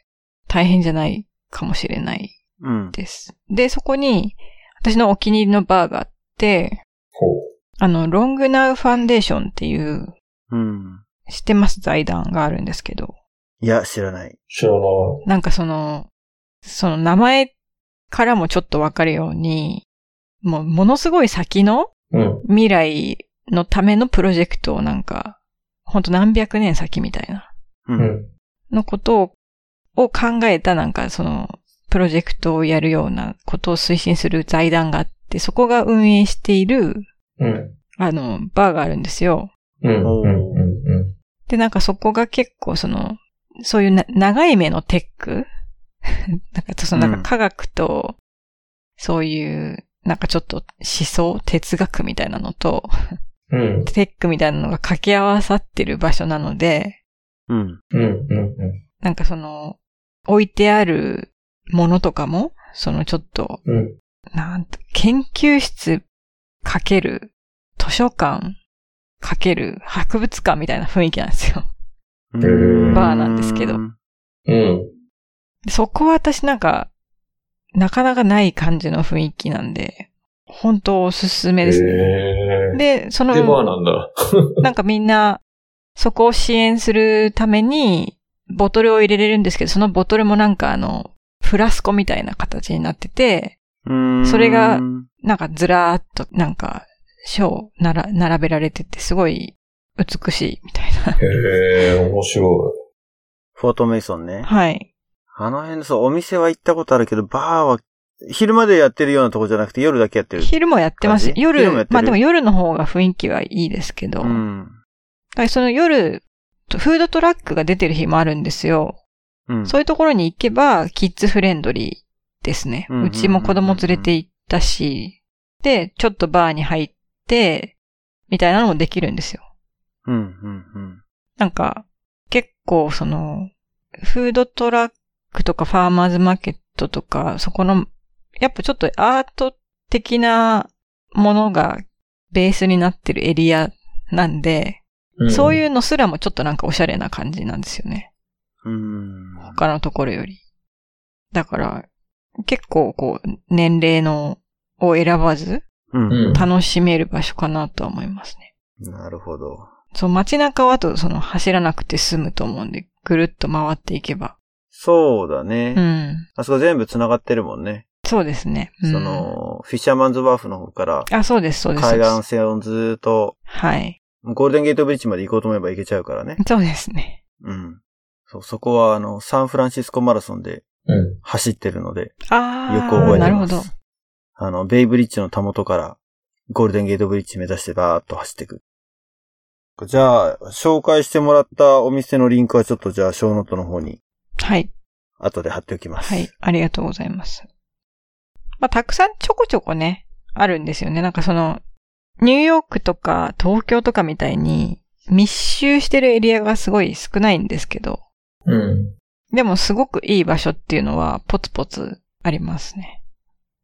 Speaker 3: 大変じゃないかもしれない
Speaker 1: うん。
Speaker 3: です。で、そこに、私のお気に入りのバーがあって、
Speaker 2: ほう
Speaker 3: あの、ロングナウファンデーションっていう、
Speaker 1: うん。
Speaker 3: 知ってます財団があるんですけど、
Speaker 1: いや、知らない。
Speaker 2: 知らない。
Speaker 3: なんかその、その名前からもちょっとわかるように、もう、ものすごい先の
Speaker 2: うん。
Speaker 3: 未来のためのプロジェクトをなんか、ほんと何百年先みたいな、
Speaker 1: う。
Speaker 2: うんん。
Speaker 3: のことを、を考えたなんかその、プロジェクトをやるようなことを推進する財団があって、そこが運営している、
Speaker 2: うん。
Speaker 3: あの、バーがあるんですよ。
Speaker 2: うん。
Speaker 1: おー
Speaker 2: うん。うん。
Speaker 3: で、なんかそこが結構その、そういうな長い目のテック なんかそのなん
Speaker 1: うん
Speaker 3: か科学と、そういう、なんかちょっと思想、哲学みたいなのと、
Speaker 2: うん。
Speaker 3: テックみたいなのが掛け合わさってる場所なので、
Speaker 1: うん。
Speaker 2: うん。うん。うん。
Speaker 3: なんかその、置いてあるものとかも、そのちょっと、
Speaker 2: うん。
Speaker 3: なんと、研究室かける図書館かける博物館みたいな雰囲気なんですよ。
Speaker 1: うん
Speaker 3: バーなんですけど
Speaker 2: うん。
Speaker 3: でそこは私なんか、なかなかない感じの雰囲気なんで、本当おすすめですね。
Speaker 2: へー
Speaker 3: で、そ
Speaker 2: で、バーな
Speaker 3: の、
Speaker 2: んだ。
Speaker 3: なんかみんな、そこを支援するために、ボトルを入れれるんですけど、そのボトルもなんかあの、フラスコみたいな形になってて、
Speaker 1: うん。
Speaker 3: それが
Speaker 1: うん
Speaker 3: なんかずらーっと、なんか、章なら、並べられてて、すごい美しいみたいな。
Speaker 2: へえ、面白。
Speaker 1: フォートメイソンね。
Speaker 3: はい。
Speaker 1: あの辺、そう、お店は行ったことあるけど、バーは昼までやってるようなとこじゃなくて夜だけやってる。
Speaker 3: 昼もやってます
Speaker 1: 感。じ
Speaker 3: 夜、
Speaker 1: 昼もやってる
Speaker 3: まあでも夜の方が雰囲気はいいですけど、
Speaker 1: うん。
Speaker 3: だからその夜、フードトラックが出てる日もあるんですよ。
Speaker 1: うん。
Speaker 3: そういうところに行けば、キッズフレンドリーですね。
Speaker 1: うんうんうん
Speaker 3: うちも子供連れて行ったし、で、ちょっとバーに入って、みたいなのもできるんですよ。
Speaker 1: うん、うん、うん。
Speaker 3: なんか、結構その、フードトラックとかファーマーズマーケットとか、そこの、やっぱちょっとアート的なものがベースになってるエリアなんで、そういううのすらもちょっとなんかおしゃれな感じなんですよね。
Speaker 1: うん。
Speaker 3: 他のところより。だから、結構こう、年齢の、を選ばず、
Speaker 1: うん。
Speaker 3: 楽しめる場所かなとは思いますね。
Speaker 1: なるほど。
Speaker 3: そう、街中はあと、その、走らなくて済むと思うんで、ぐるっと回っていけば。
Speaker 1: そうだね。
Speaker 3: うん。
Speaker 1: あそこ全部繋がってるもんね。
Speaker 3: そうですね。うん
Speaker 1: そ、の、フィッシャーマンズワーフの方から、
Speaker 3: あ、そうです、そうです。
Speaker 1: 海
Speaker 3: そうで
Speaker 1: 岸
Speaker 3: す
Speaker 1: 線をずーっと、
Speaker 3: はい。
Speaker 1: ゴールデンゲートブリッジまで行こうと思えば行けちゃうからね。
Speaker 3: そうですね。
Speaker 1: うん。そう、そこはあの、サンフランシスコマラソンで
Speaker 2: うん。
Speaker 1: 走ってるので、
Speaker 3: ああ、
Speaker 1: よく覚え
Speaker 3: な
Speaker 1: て
Speaker 3: るほ
Speaker 1: ます。
Speaker 3: ど。
Speaker 1: あの、ベイブリッジのたもとから、ゴールデンゲートブリッジ目指してバーっと走っていく。じゃあ、紹介してもらったお店のリンクはちょっとじゃあ、ショーノートの方に
Speaker 3: はい。
Speaker 1: 後で貼っておきます。
Speaker 3: はい。。ありがとうございます。まあ、たくさんちょこちょこね、あるんですよね。なんかその、ニューヨークとか東京とかみたいに密集してるエリアがすごい少ないんですけど、
Speaker 2: うん。
Speaker 3: でもすごくいい場所っていうのはポツポツありますね。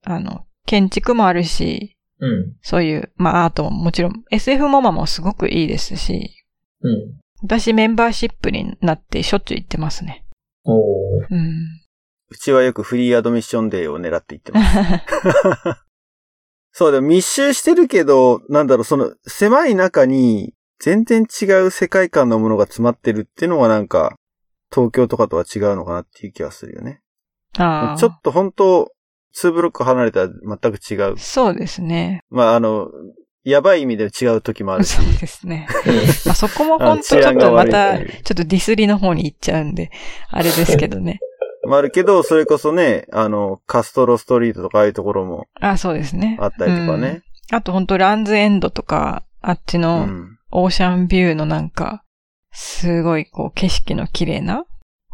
Speaker 3: あの、建築もあるし、
Speaker 2: うん。
Speaker 3: そういう、まあアートももちろん SF モマもすごくいいですし、
Speaker 2: うん。
Speaker 3: 私メンバーシップになってしょっちゅう行ってますね。
Speaker 2: おー
Speaker 3: うん。
Speaker 1: うちはよくフリーアドミッションデーを狙っていってます。そう、でも密集してるけど、なんだろう、その、狭い中に、全然違う世界観のものが詰まってるっていうのはなんか、東京とかとは違うのかなっていう気がするよね。
Speaker 3: ああ。
Speaker 1: ちょっと本当、2ブロック離れたら全く違う。
Speaker 3: そうですね。
Speaker 1: まあ、あの、やばい意味で違う時 もあるし
Speaker 3: そ。うですね。まあ、そこも本当ち
Speaker 1: あ治
Speaker 3: ょっ
Speaker 1: 安が
Speaker 3: とま
Speaker 1: 悪いと
Speaker 3: た、
Speaker 1: いう
Speaker 3: ちょっとディスりの方に行っちゃうんで、あれですけ どね。
Speaker 1: もあるけど、それこそね、あの、カストロストリートとかああいうところも
Speaker 3: あ、そうですね。
Speaker 1: あったりとかね。
Speaker 3: うん。あと本当ランズエンドとか、あっち
Speaker 1: うん。
Speaker 3: のオーシャンビューのなんか、すごいこう景色の綺麗な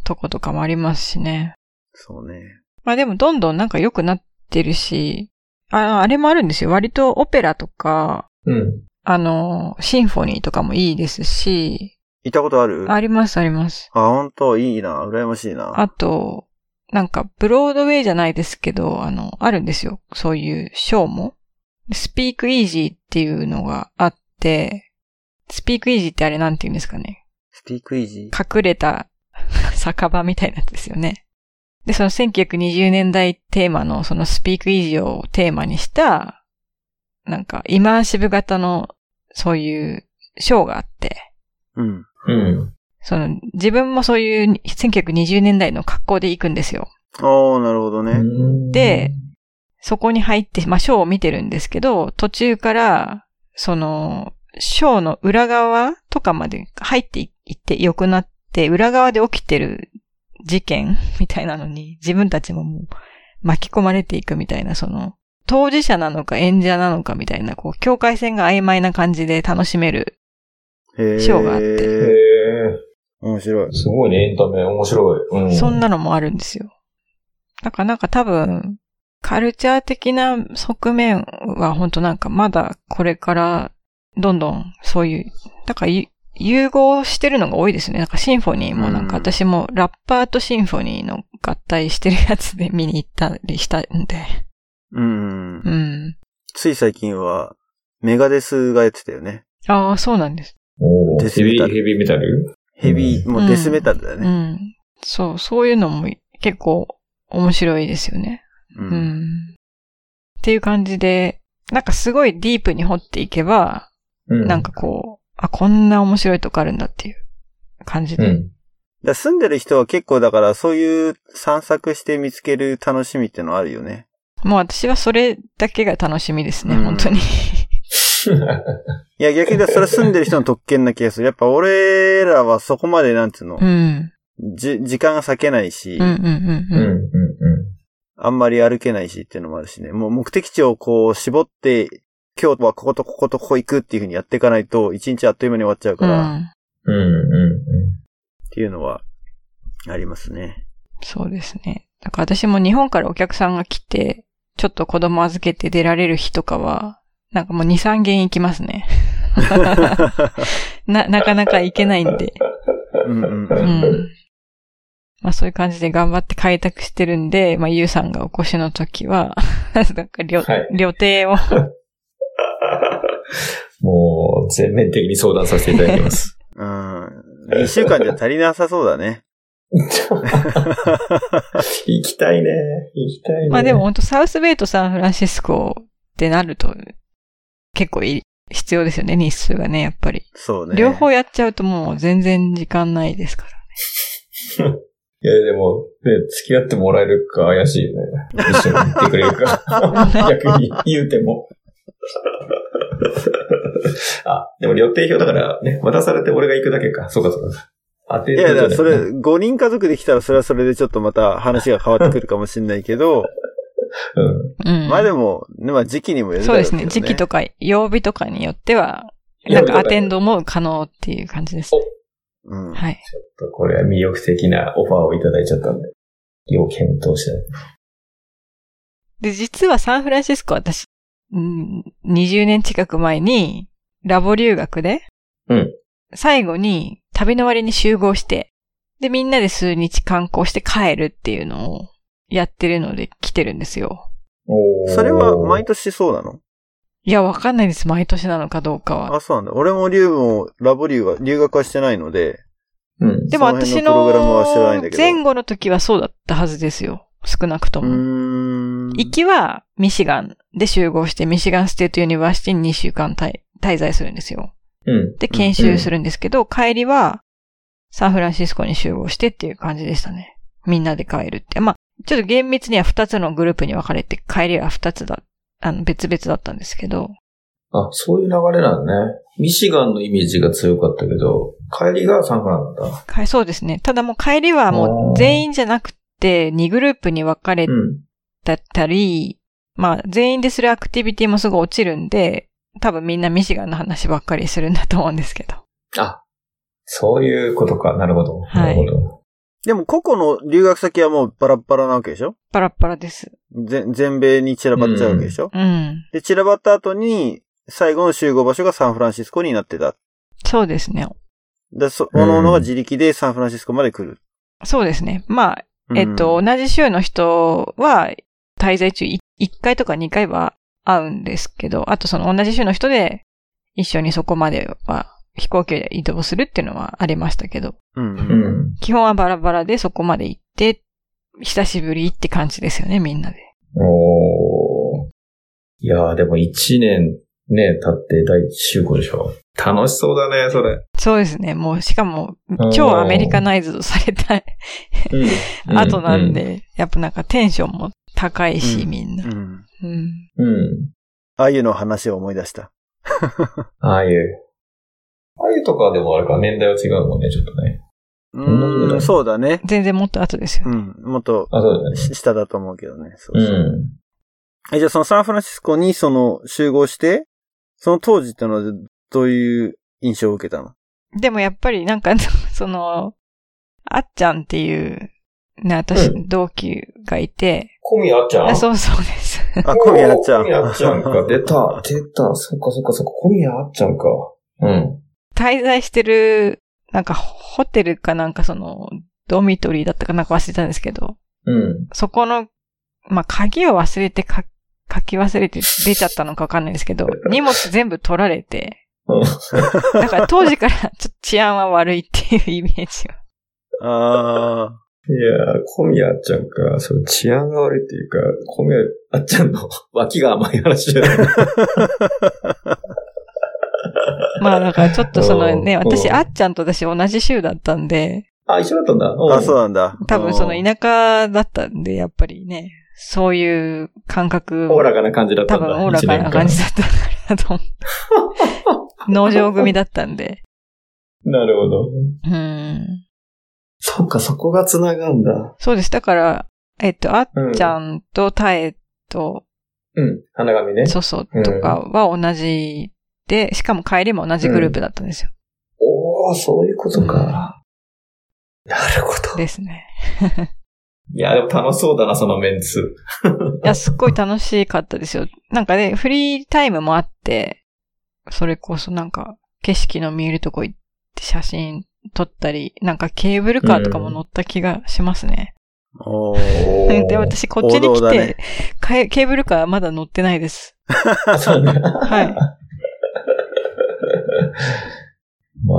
Speaker 3: とことかもありますしね。
Speaker 1: そうね。
Speaker 3: まあでもどんどんなんか良くなってるし、ああれもあるんですよ。割とオペラとか、
Speaker 2: うん。
Speaker 3: あの、シンフォニーとかもいいですし、
Speaker 1: 行ったことある
Speaker 3: ありますあります。
Speaker 1: あ、本当いいな。羨ましいな。
Speaker 3: あと、なんか、ブロードウェイじゃないですけど、あの、あるんですよ。そういうショーも。スピークイージーっていうのがあって、スピークイージーってあれなんて言うんですかね。
Speaker 1: スピークイージー。
Speaker 3: 隠れた 酒場みたいなんですよね。で、その1920年代テーマの、そのスピークイージーをテーマにした、なんか、イマーシブ型の、そういうショーがあって、
Speaker 1: うん。
Speaker 2: うん。
Speaker 3: その、自分もそういう1920年代の格好で行くんですよ。
Speaker 1: ああ、なるほどね。
Speaker 2: うん
Speaker 3: で、そこに入って、まあ、ショーを見てるんですけど、途中から、その、ショーの裏側とかまで入っていって良くなって、裏側で起きてる事件みたいなのに、自分たちももう巻き込まれていくみたいな、その、当事者なのか演者なのかみたいな、こう、境界線が曖昧な感じで楽しめる。
Speaker 1: へえ。
Speaker 3: ショーがあ
Speaker 2: へ
Speaker 3: っ
Speaker 1: て。
Speaker 2: え。
Speaker 1: 面白い。
Speaker 2: すごいね、エンタメ。面白い。うん。
Speaker 3: そんなのもあるんですよ。だからなんか多分、カルチャー的な側面は本当なんかまだこれからどんどんそういう、だからゆ融合してるのが多いですね。なんかシンフォニーもなんか
Speaker 1: うん
Speaker 3: 私もラッパーとシンフォニーの合体してるやつで見に行ったりしたんで。
Speaker 1: うん
Speaker 3: う。ん。
Speaker 1: つい最近は、メガデスがやってたよね。
Speaker 3: ああ、そうなんです。
Speaker 2: おー
Speaker 1: デス
Speaker 2: ヘ
Speaker 1: メ
Speaker 2: ビ
Speaker 1: タ
Speaker 2: ー、
Speaker 1: ル
Speaker 2: ヘビーメタル
Speaker 1: ヘビー、もうデスメタルだよ
Speaker 3: う
Speaker 1: ね。
Speaker 3: ん。そう、そういうのも結構面白いですよね。
Speaker 1: う。
Speaker 3: うんんっていう感じで、なんかすごいディープに掘っていけば、
Speaker 2: うん
Speaker 3: なんかこう、あ、こんな面白いとこあるんだっていう感じ
Speaker 2: う
Speaker 3: で。
Speaker 2: ん。
Speaker 1: だ住んでる人は結構だから、そういう散策して見つける楽しみってのあるよね。
Speaker 3: もう私はそれだけが楽しみですね、
Speaker 1: うん
Speaker 3: 本当に。
Speaker 1: いや、逆にだからそれは住んでる人の特権な気がする。やっぱ俺らはそこまで、なんつうの
Speaker 3: う、ん。
Speaker 1: じ、時間が割けないし
Speaker 3: うんうんう
Speaker 2: う
Speaker 3: ん
Speaker 2: ん、う
Speaker 3: う
Speaker 2: ん、
Speaker 3: ん。
Speaker 2: う
Speaker 1: あんまり歩けないしっていうのもあるしね、もう目的地をこう絞って、今日はこことこことここ行くっていうふうにやっていかないと、一日あっという間に終わっちゃう
Speaker 3: う
Speaker 1: から、っ
Speaker 3: ん。
Speaker 2: うんう
Speaker 1: ていうのは、ありますね。
Speaker 3: そうですね。だから私も日本からお客さんが来て、ちょっと子供預けて出られる日とかは、なんかもう2、3軒行きますね。 な、 なかなか行けないんで。
Speaker 1: うんうん
Speaker 3: う
Speaker 1: うん
Speaker 3: ん。まあそういう感じで頑張って開拓してるんで、まあゆうさんがお越しの時は、 なんか旅、
Speaker 2: はい
Speaker 3: 旅程を、
Speaker 2: ん。もう、全面的に相談させていただきます。
Speaker 1: うん。一週間じゃ足りなさそうだね。
Speaker 2: 行きたいね。行きたいね。
Speaker 3: まあでも、本当サウスベイとサンフランシスコってなると、結構い必要ですよね、日数がね、やっぱり。
Speaker 1: そうね。
Speaker 3: 両方やっちゃうともう全然時間ないですから。
Speaker 2: いや、でも、ね、付き合ってもらえるか怪しいよね。一緒に行ってくれるか。 逆に言うても。あ、でも、予定表だからね、渡されて俺が行くだけか。そうか、そうか。当て
Speaker 1: い
Speaker 2: る
Speaker 1: や、だからそれ、5人家族できたらそれはそれでちょっとまた話が変わってくるかもしれないけど、
Speaker 2: うん。
Speaker 3: うん。
Speaker 1: まあでも、ねまあ時期にもよるだ
Speaker 3: そう
Speaker 1: ろ
Speaker 3: で
Speaker 1: け
Speaker 3: す
Speaker 1: ど
Speaker 3: ね。時期とか、曜日とかによっては、
Speaker 2: 曜日
Speaker 3: なん
Speaker 2: とか
Speaker 3: かアテンドも可能っていう感じですね。
Speaker 1: うん。
Speaker 3: はい。
Speaker 2: これは魅力的なオファーをいただいちゃったんで、要検討したい。
Speaker 3: で、実はサンフランシスコは私、うん20年近く前に、ラボ留学で、
Speaker 2: うん
Speaker 3: 最後に、旅の割に集合して、で、みんなで数日観光して帰るっていうのをやってるので来てるんですよ。
Speaker 2: おー
Speaker 1: それは毎年そうなの
Speaker 3: いや、わかんないです。毎年なのかどうかは。
Speaker 1: あ、そうなんだ。俺も留も、ラボ留は、留学はしてないので、
Speaker 2: うん。
Speaker 3: でも
Speaker 1: その辺の
Speaker 3: 私
Speaker 1: プログラムは知らないん
Speaker 3: の
Speaker 1: だけど
Speaker 3: 前後の時はそうだったはずですよ。少なくと
Speaker 1: う
Speaker 3: も。
Speaker 1: ーん。
Speaker 3: 行きはミシガンで集合して、ミシガンステートユニバーシティに2週間滞滞在するんですよ。
Speaker 2: うん。
Speaker 3: で、研修するんですけど、帰りはサンフランシスコに集合してっていう感じでしたね。みんなで帰るって。まあ、ちょっと厳密には2つのグループに分かれて、帰りは2つだ、あの、別々だったんですけど、
Speaker 2: あ、そういう流れなんだね。ミシガンのイメージが強かったけど、帰りがサンフランなんだ。
Speaker 3: 帰そうですね。ただもう帰りはもう全員じゃなくて、2グループに分かれ
Speaker 2: うん。
Speaker 3: だったり、まあ、全員でするアクティビティもすぐ落ちるんで、多分みんなミシガンの話ばっかりするんだと思うんですけど。
Speaker 2: あ、そういうことか。なるほど。
Speaker 3: はい
Speaker 2: なるほど。
Speaker 1: でも、個々の留学先はもうバラッバラなわけでしょ
Speaker 3: パラッパラです。
Speaker 1: ぜ全米に散らばっちゃうわけでしょ、
Speaker 3: うん。
Speaker 1: で、散らばった後に、最後の集合場所がサンフランシスコになってた。
Speaker 3: そうですね。
Speaker 1: で、そ、各々が自力でサンフランシスコまで来る。
Speaker 3: そうですね。まあ、
Speaker 1: うん
Speaker 3: えっと、、同じ州の人は、滞在中1回とか2回は会うんですけど、あとその同じ州の人で、一緒にそこまでは飛行機で移動するっていうのはありましたけど、
Speaker 1: うん
Speaker 2: う
Speaker 1: うん
Speaker 2: ん。
Speaker 3: 基本はバラバラでそこまで行って、久しぶりって感じですよね、みんなで。
Speaker 2: おー。いやー、でも一年ね、経って第一週合でしょ。楽しそうだね、それ。
Speaker 3: そうですね。もう、しかも
Speaker 2: ん、
Speaker 3: 超アメリカナイズドされた
Speaker 2: うん。
Speaker 3: 後なんで、やっぱなんかテンションも高いし、
Speaker 1: うん
Speaker 3: みん
Speaker 1: う
Speaker 3: な。
Speaker 1: ん。
Speaker 3: うん。
Speaker 2: うん。うん。
Speaker 1: ああいうの話を思い出した。
Speaker 2: ああいう。ああいうとかでもあれか、年代は違うもんね、ちょっとね。
Speaker 1: うん
Speaker 2: なことな
Speaker 1: ー
Speaker 2: い
Speaker 1: ん、そうだね。
Speaker 3: 全然もっと後ですよ
Speaker 1: う。ん。もっと
Speaker 2: あ、そうだね。
Speaker 1: し下だと思うけどね。そう
Speaker 2: う。
Speaker 1: そうんえじゃあそのサンフランシスコにその集合して、その当時ってのはどういう印象を受けたの
Speaker 3: でもやっぱりなんか、 その、あっちゃんっていう、ね、私、
Speaker 2: う
Speaker 3: 同級がいて、
Speaker 2: 小宮あっちゃん
Speaker 3: あそうそうです。
Speaker 1: あ、小宮あっちゃん。
Speaker 2: 小宮あっちゃんか。出た、出た。そっかそっかそっか。小宮あっちゃんか。うん。
Speaker 3: 滞在してる、なんかホテルかなんかその、ドミトリーだったかなんか忘れたんですけど、
Speaker 2: うん。
Speaker 3: そこの、まあ、鍵を忘れてか、書き忘れて出ちゃったのかわかんないです けど、荷物全部取られて、
Speaker 2: うん
Speaker 3: だから当時からちょっと治安は悪いっていうイメージは。
Speaker 1: ああ。
Speaker 2: いやー、小宮あっちゃんか、その治安が悪いっていうか、小宮あっちゃんの 脇が甘い話じゃない
Speaker 3: まあだからちょっとそのね、
Speaker 2: うん
Speaker 3: 私、
Speaker 2: うん
Speaker 3: あっちゃんと私同じ州だったんで、
Speaker 2: あ、一緒だったんだ。
Speaker 1: あ、そう
Speaker 2: だ。
Speaker 1: なんだ。
Speaker 3: 多分その田舎だったんで、やっぱりね、そういう感覚、
Speaker 2: おおらかな感じだった
Speaker 3: 多
Speaker 2: んだ。
Speaker 3: 分おおらかな感じ
Speaker 2: 一
Speaker 3: だったのかなと思 う。農場組だったんで。
Speaker 2: 年間。なるほど。
Speaker 3: うん。
Speaker 2: そっか、そこが繋がんだ。
Speaker 3: そうです。だから、えっと、あっ
Speaker 2: うん。
Speaker 3: ちゃんとタエと、
Speaker 2: うん。花紙ね。
Speaker 3: ソソとかは同じで、しかも帰りも同じグループだったんですよ。
Speaker 2: おー、そういうことか。なるほど。
Speaker 3: ですね。
Speaker 2: いや、でも楽しそうだな、そのメンツ。
Speaker 3: いや、すっごい楽しかったですよ。なんかね、フリータイムもあって、それこそなんか、景色の見えるとこ行って写真撮ったり、なんかケーブルカーとかも乗った気がしますね。
Speaker 1: おー。
Speaker 2: お
Speaker 3: で、私こっちに
Speaker 1: 王
Speaker 3: 来
Speaker 1: 道だ
Speaker 3: て、
Speaker 1: ね
Speaker 3: かえケーブルカーまだ乗ってないです。
Speaker 2: そうね。
Speaker 3: はい。
Speaker 2: まあ、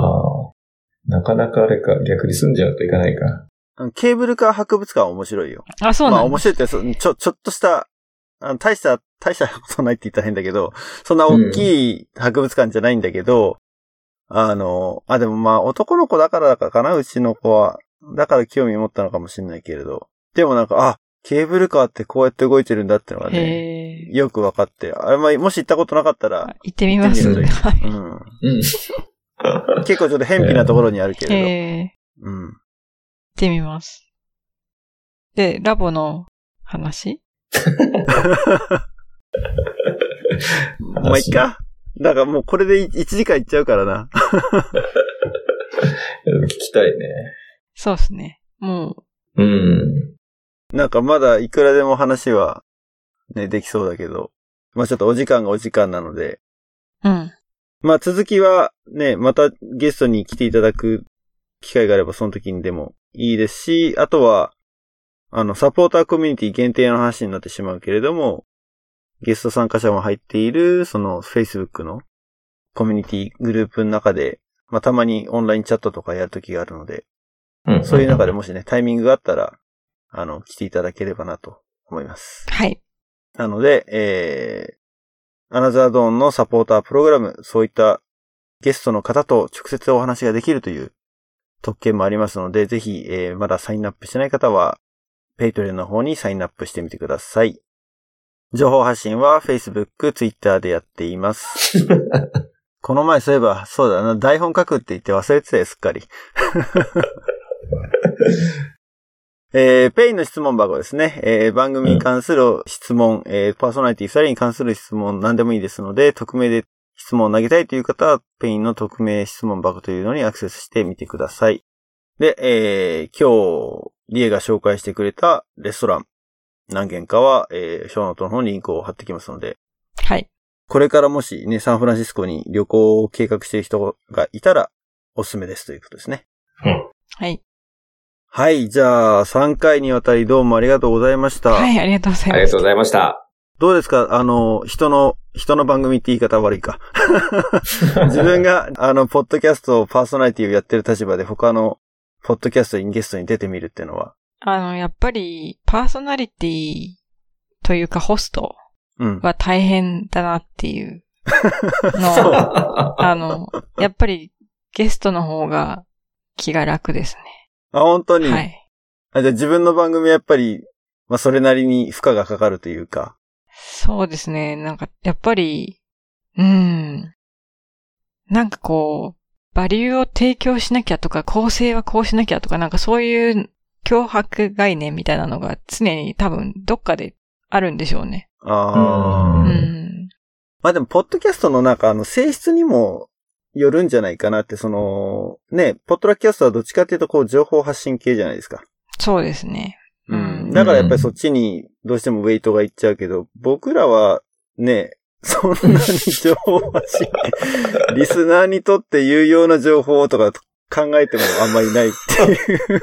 Speaker 2: なかなかあれか、逆に住んじゃうといかな いか。
Speaker 1: ケーブルカー博物館は面白いよ。
Speaker 3: あ、そう
Speaker 1: まあ
Speaker 3: なん
Speaker 1: 面
Speaker 3: です。
Speaker 1: 白いって、そちょ、ちょっとした、あの大した、大したことないって言ったら変だけど、そんな大きい博物館じゃないんだけど、あの、あ、でもまあ男の子だからかな、うちの子は。だから興味持ったのかもしれないけれど。でもなんか、あ、ケーブルカーってこうやって動いてるんだってのがね、
Speaker 3: へー
Speaker 1: よく分かって、あれ、まあ、もし行ったことなかったら、
Speaker 3: 行ってみます。
Speaker 2: 行ってみる
Speaker 3: は
Speaker 1: う
Speaker 3: い。
Speaker 1: ん。
Speaker 2: うん。
Speaker 1: 結構ちょっと偏僻なところにあるけれど。
Speaker 3: へー行っ
Speaker 1: うん。
Speaker 3: てみます。で、ラボの話
Speaker 1: まあ、いっか。だからもうこれで1時間いっちゃうからな。
Speaker 2: でも聞きたいね。
Speaker 3: そうですね。もう、
Speaker 2: うん。
Speaker 1: なんかまだいくらでも話は、ね、できそうだけど。まあちょっとお時間がお時間なので。
Speaker 3: うん。
Speaker 1: まあ続きはね、またゲストに来ていただく機会があればその時にでもいいですし、あとは、あの、サポーターコミュニティ限定の話になってしまうけれども、ゲスト参加者も入っている、その Facebook のコミュニティグループの中で、まあたまにオンラインチャットとかやる時があるので、
Speaker 2: うん
Speaker 1: そういう中でもしね、タイミングがあったら、あの、来ていただければなと思います。
Speaker 3: はい。
Speaker 1: なので、えー、アナザードーンのサポータープログラム、そういったゲストの方と直接お話ができるという特権もありますので、ぜひ、えーまだサインアップしてない方は、ペイトレの方にサインアップしてみてください。情報発信は Facebook、Twitter でやっています。この前そういえば、そうだな、台本書くって言って忘れてたよ、すっかり。えー、ペインの質問箱ですね。えー、番組に関する質問、えー、パーソナリティ2人に関する質問、何でもいいですので、匿名で質問を投げたいという方は、ペインの匿名質問箱というのにアクセスしてみてください。で、えー、今日、リエが紹介してくれたレストラン、何軒かは、えー、ショーノートの方にリンクを貼ってきますので、
Speaker 3: はい。
Speaker 1: これからもしね、サンフランシスコに旅行を計画している人がいたら、おすすめですということですね。
Speaker 3: はい。
Speaker 1: はい、じゃあ、3回にわたりどうもありがとうございました。
Speaker 3: はい、ありがとうござ い
Speaker 2: あ
Speaker 3: ま
Speaker 2: りが
Speaker 3: す
Speaker 2: と。うございました。
Speaker 1: どうですかあの、人の、人の番組って言い方悪い か。自分が、あの、ポッドキャストをパーソナリティをやってる立場で他の、ポッドキャストにゲストに出てみるっていうのは、
Speaker 3: あの、やっぱり、パーソナリティというかホスト
Speaker 1: うん。
Speaker 3: は大変だなっていう
Speaker 1: そう
Speaker 3: のを、あの、やっぱりゲストの方が気が楽です
Speaker 1: あ、本当に、
Speaker 3: ね。はい。
Speaker 1: あじゃあ自分の番組はやっぱり、まあ、それなりに負荷がかかるというか。
Speaker 3: そうですね。なんか、やっぱり、うん。なんかこう、バリューを提供しなきゃとか、構成はこうしなきゃとか、なんかそういう脅迫概念みたいなのが常に多分どっかであるんでしょうね。
Speaker 1: ああ。
Speaker 3: う
Speaker 2: うん
Speaker 3: ん。
Speaker 1: まあでも、ポッドキャストの中、あの、性質にもよるんじゃないかなって、その、ね、ポッドキャストはどっちかっていうと、こう、情報発信系じゃないですか。
Speaker 3: そうですね。
Speaker 1: う
Speaker 3: うん
Speaker 1: ん。だからやっぱりそっちに、どうしてもウェイトがいっちゃうけど、僕らは、ね、そんなに情報発信、リスナーにとって有用な情報とか考えてもあんまりないっていう。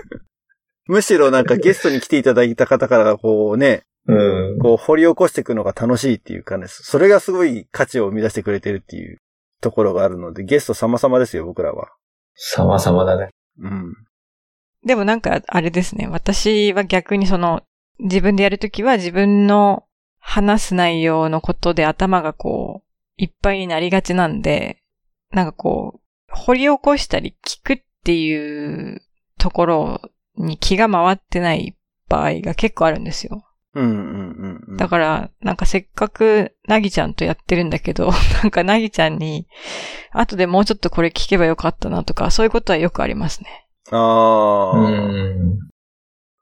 Speaker 1: むしろなんかゲストに来ていただいた方からこうね、
Speaker 2: うん。
Speaker 1: こう掘り起こしていくのが楽しいっていうかね、それがすごい価値を生み出してくれてるっていうところがあるので、ゲスト様々ですよ、僕らは。
Speaker 2: 様々だね。
Speaker 1: うん。
Speaker 3: でもなんか、あれですね。私は逆にその、自分でやるときは自分の話す内容のことで頭がこう、いっぱいになりがちなんで、なんかこう、掘り起こしたり聞くっていうところに気が回ってない場合が結構あるんですよ。
Speaker 1: うんうんうんうん。
Speaker 3: だから、なんかせっかくなぎちゃんとやってるんだけど、 なんかなぎちゃんに、後でもうちょっとこれ聞けばよかったなとか、そういうことはよくありますね。
Speaker 1: ああ、
Speaker 2: う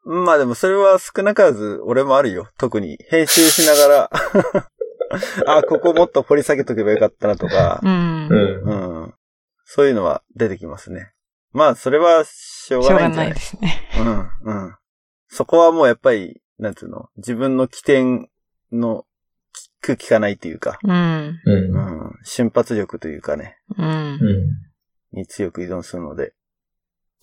Speaker 2: ん。
Speaker 1: まあでもそれは少なからず俺もあるよ。特に編集しなが ら、あ、ここもっと掘り下げとけばよかったなとか
Speaker 3: う、ん。
Speaker 2: うん。
Speaker 1: うん。そういうのは出てきますね。まあそれはしょう
Speaker 3: しょう
Speaker 1: がない
Speaker 3: が
Speaker 1: んじゃ
Speaker 3: な
Speaker 1: ないい
Speaker 3: ですね。
Speaker 1: うん、うん。そこはもうやっぱり、なんつうの、自分の起点の聞く聞かないというか、
Speaker 3: うん。
Speaker 2: うん
Speaker 1: う。ん、瞬発力というかね、
Speaker 3: うん。
Speaker 2: うん。
Speaker 1: に強く依存するので、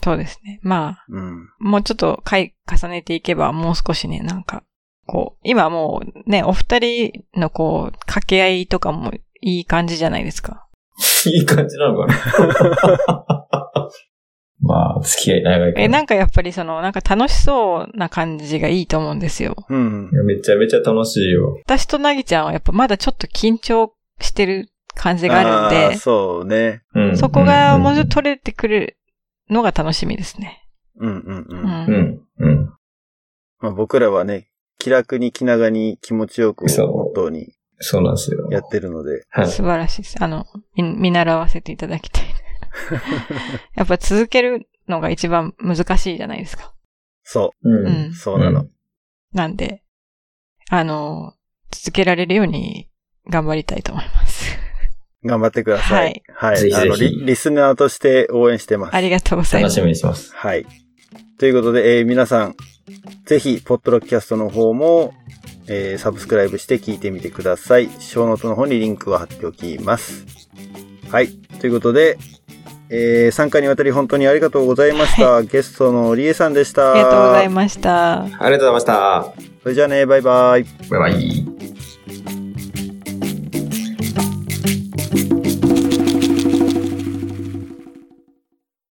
Speaker 3: そうですね。まあ、
Speaker 1: うん。
Speaker 3: もうちょっと回重ねていけば、もう少しね、なんか、こう、今もうね、お二人のこう、掛け合いとかもいい感じじゃないですか。
Speaker 2: いい感じなのかな まあ、付き合い長いか
Speaker 3: え、
Speaker 2: ら。
Speaker 3: なんかやっぱりその、なんか楽しそうな感じがいいと思うんですよ。
Speaker 1: うん。
Speaker 2: めちゃめちゃ楽しいよ。
Speaker 3: 私となぎちゃんはやっぱまだちょっと緊張してる感じがあるん
Speaker 1: ー
Speaker 3: で、
Speaker 1: そうね。
Speaker 2: うん
Speaker 3: そこがもうちょっと取れてくるのが楽しみですね。
Speaker 1: うんうんうん。
Speaker 2: う
Speaker 3: う。
Speaker 2: んん、うん。
Speaker 1: まあ、僕らはね、気楽に気長に気持ちよく
Speaker 2: そう
Speaker 1: 本当に
Speaker 2: そうなんですよ。
Speaker 1: やってるので、
Speaker 2: はい。
Speaker 3: 素晴らしいです。あの、み見習わせていただきたい。やっぱ続けるのが一番難しいじゃないですか。
Speaker 1: そう
Speaker 3: うん
Speaker 1: う、そうなの。。
Speaker 3: なんで、あの、続けられるように頑張りたいと思います。
Speaker 1: 頑張ってください。はい。
Speaker 2: ぜひぜひ
Speaker 1: あのリ、リスナーとして応援してます。
Speaker 3: ありがとうございま
Speaker 2: 楽
Speaker 3: す。
Speaker 2: しみにしてます。
Speaker 1: はい。ということで、えー皆さん、ぜひ、ポッドロックキャストの方も、えーサブスクライブして聞いてみてください。小ノートの方にリンクは貼っておきます。はい。ということで、えー参加にわたり本当にありがとうございました。ゲストのりえさんでした。
Speaker 3: ありがとうございました。
Speaker 2: ありがとうございま
Speaker 1: それじゃあね、バイバイ。
Speaker 2: した。バイバイ。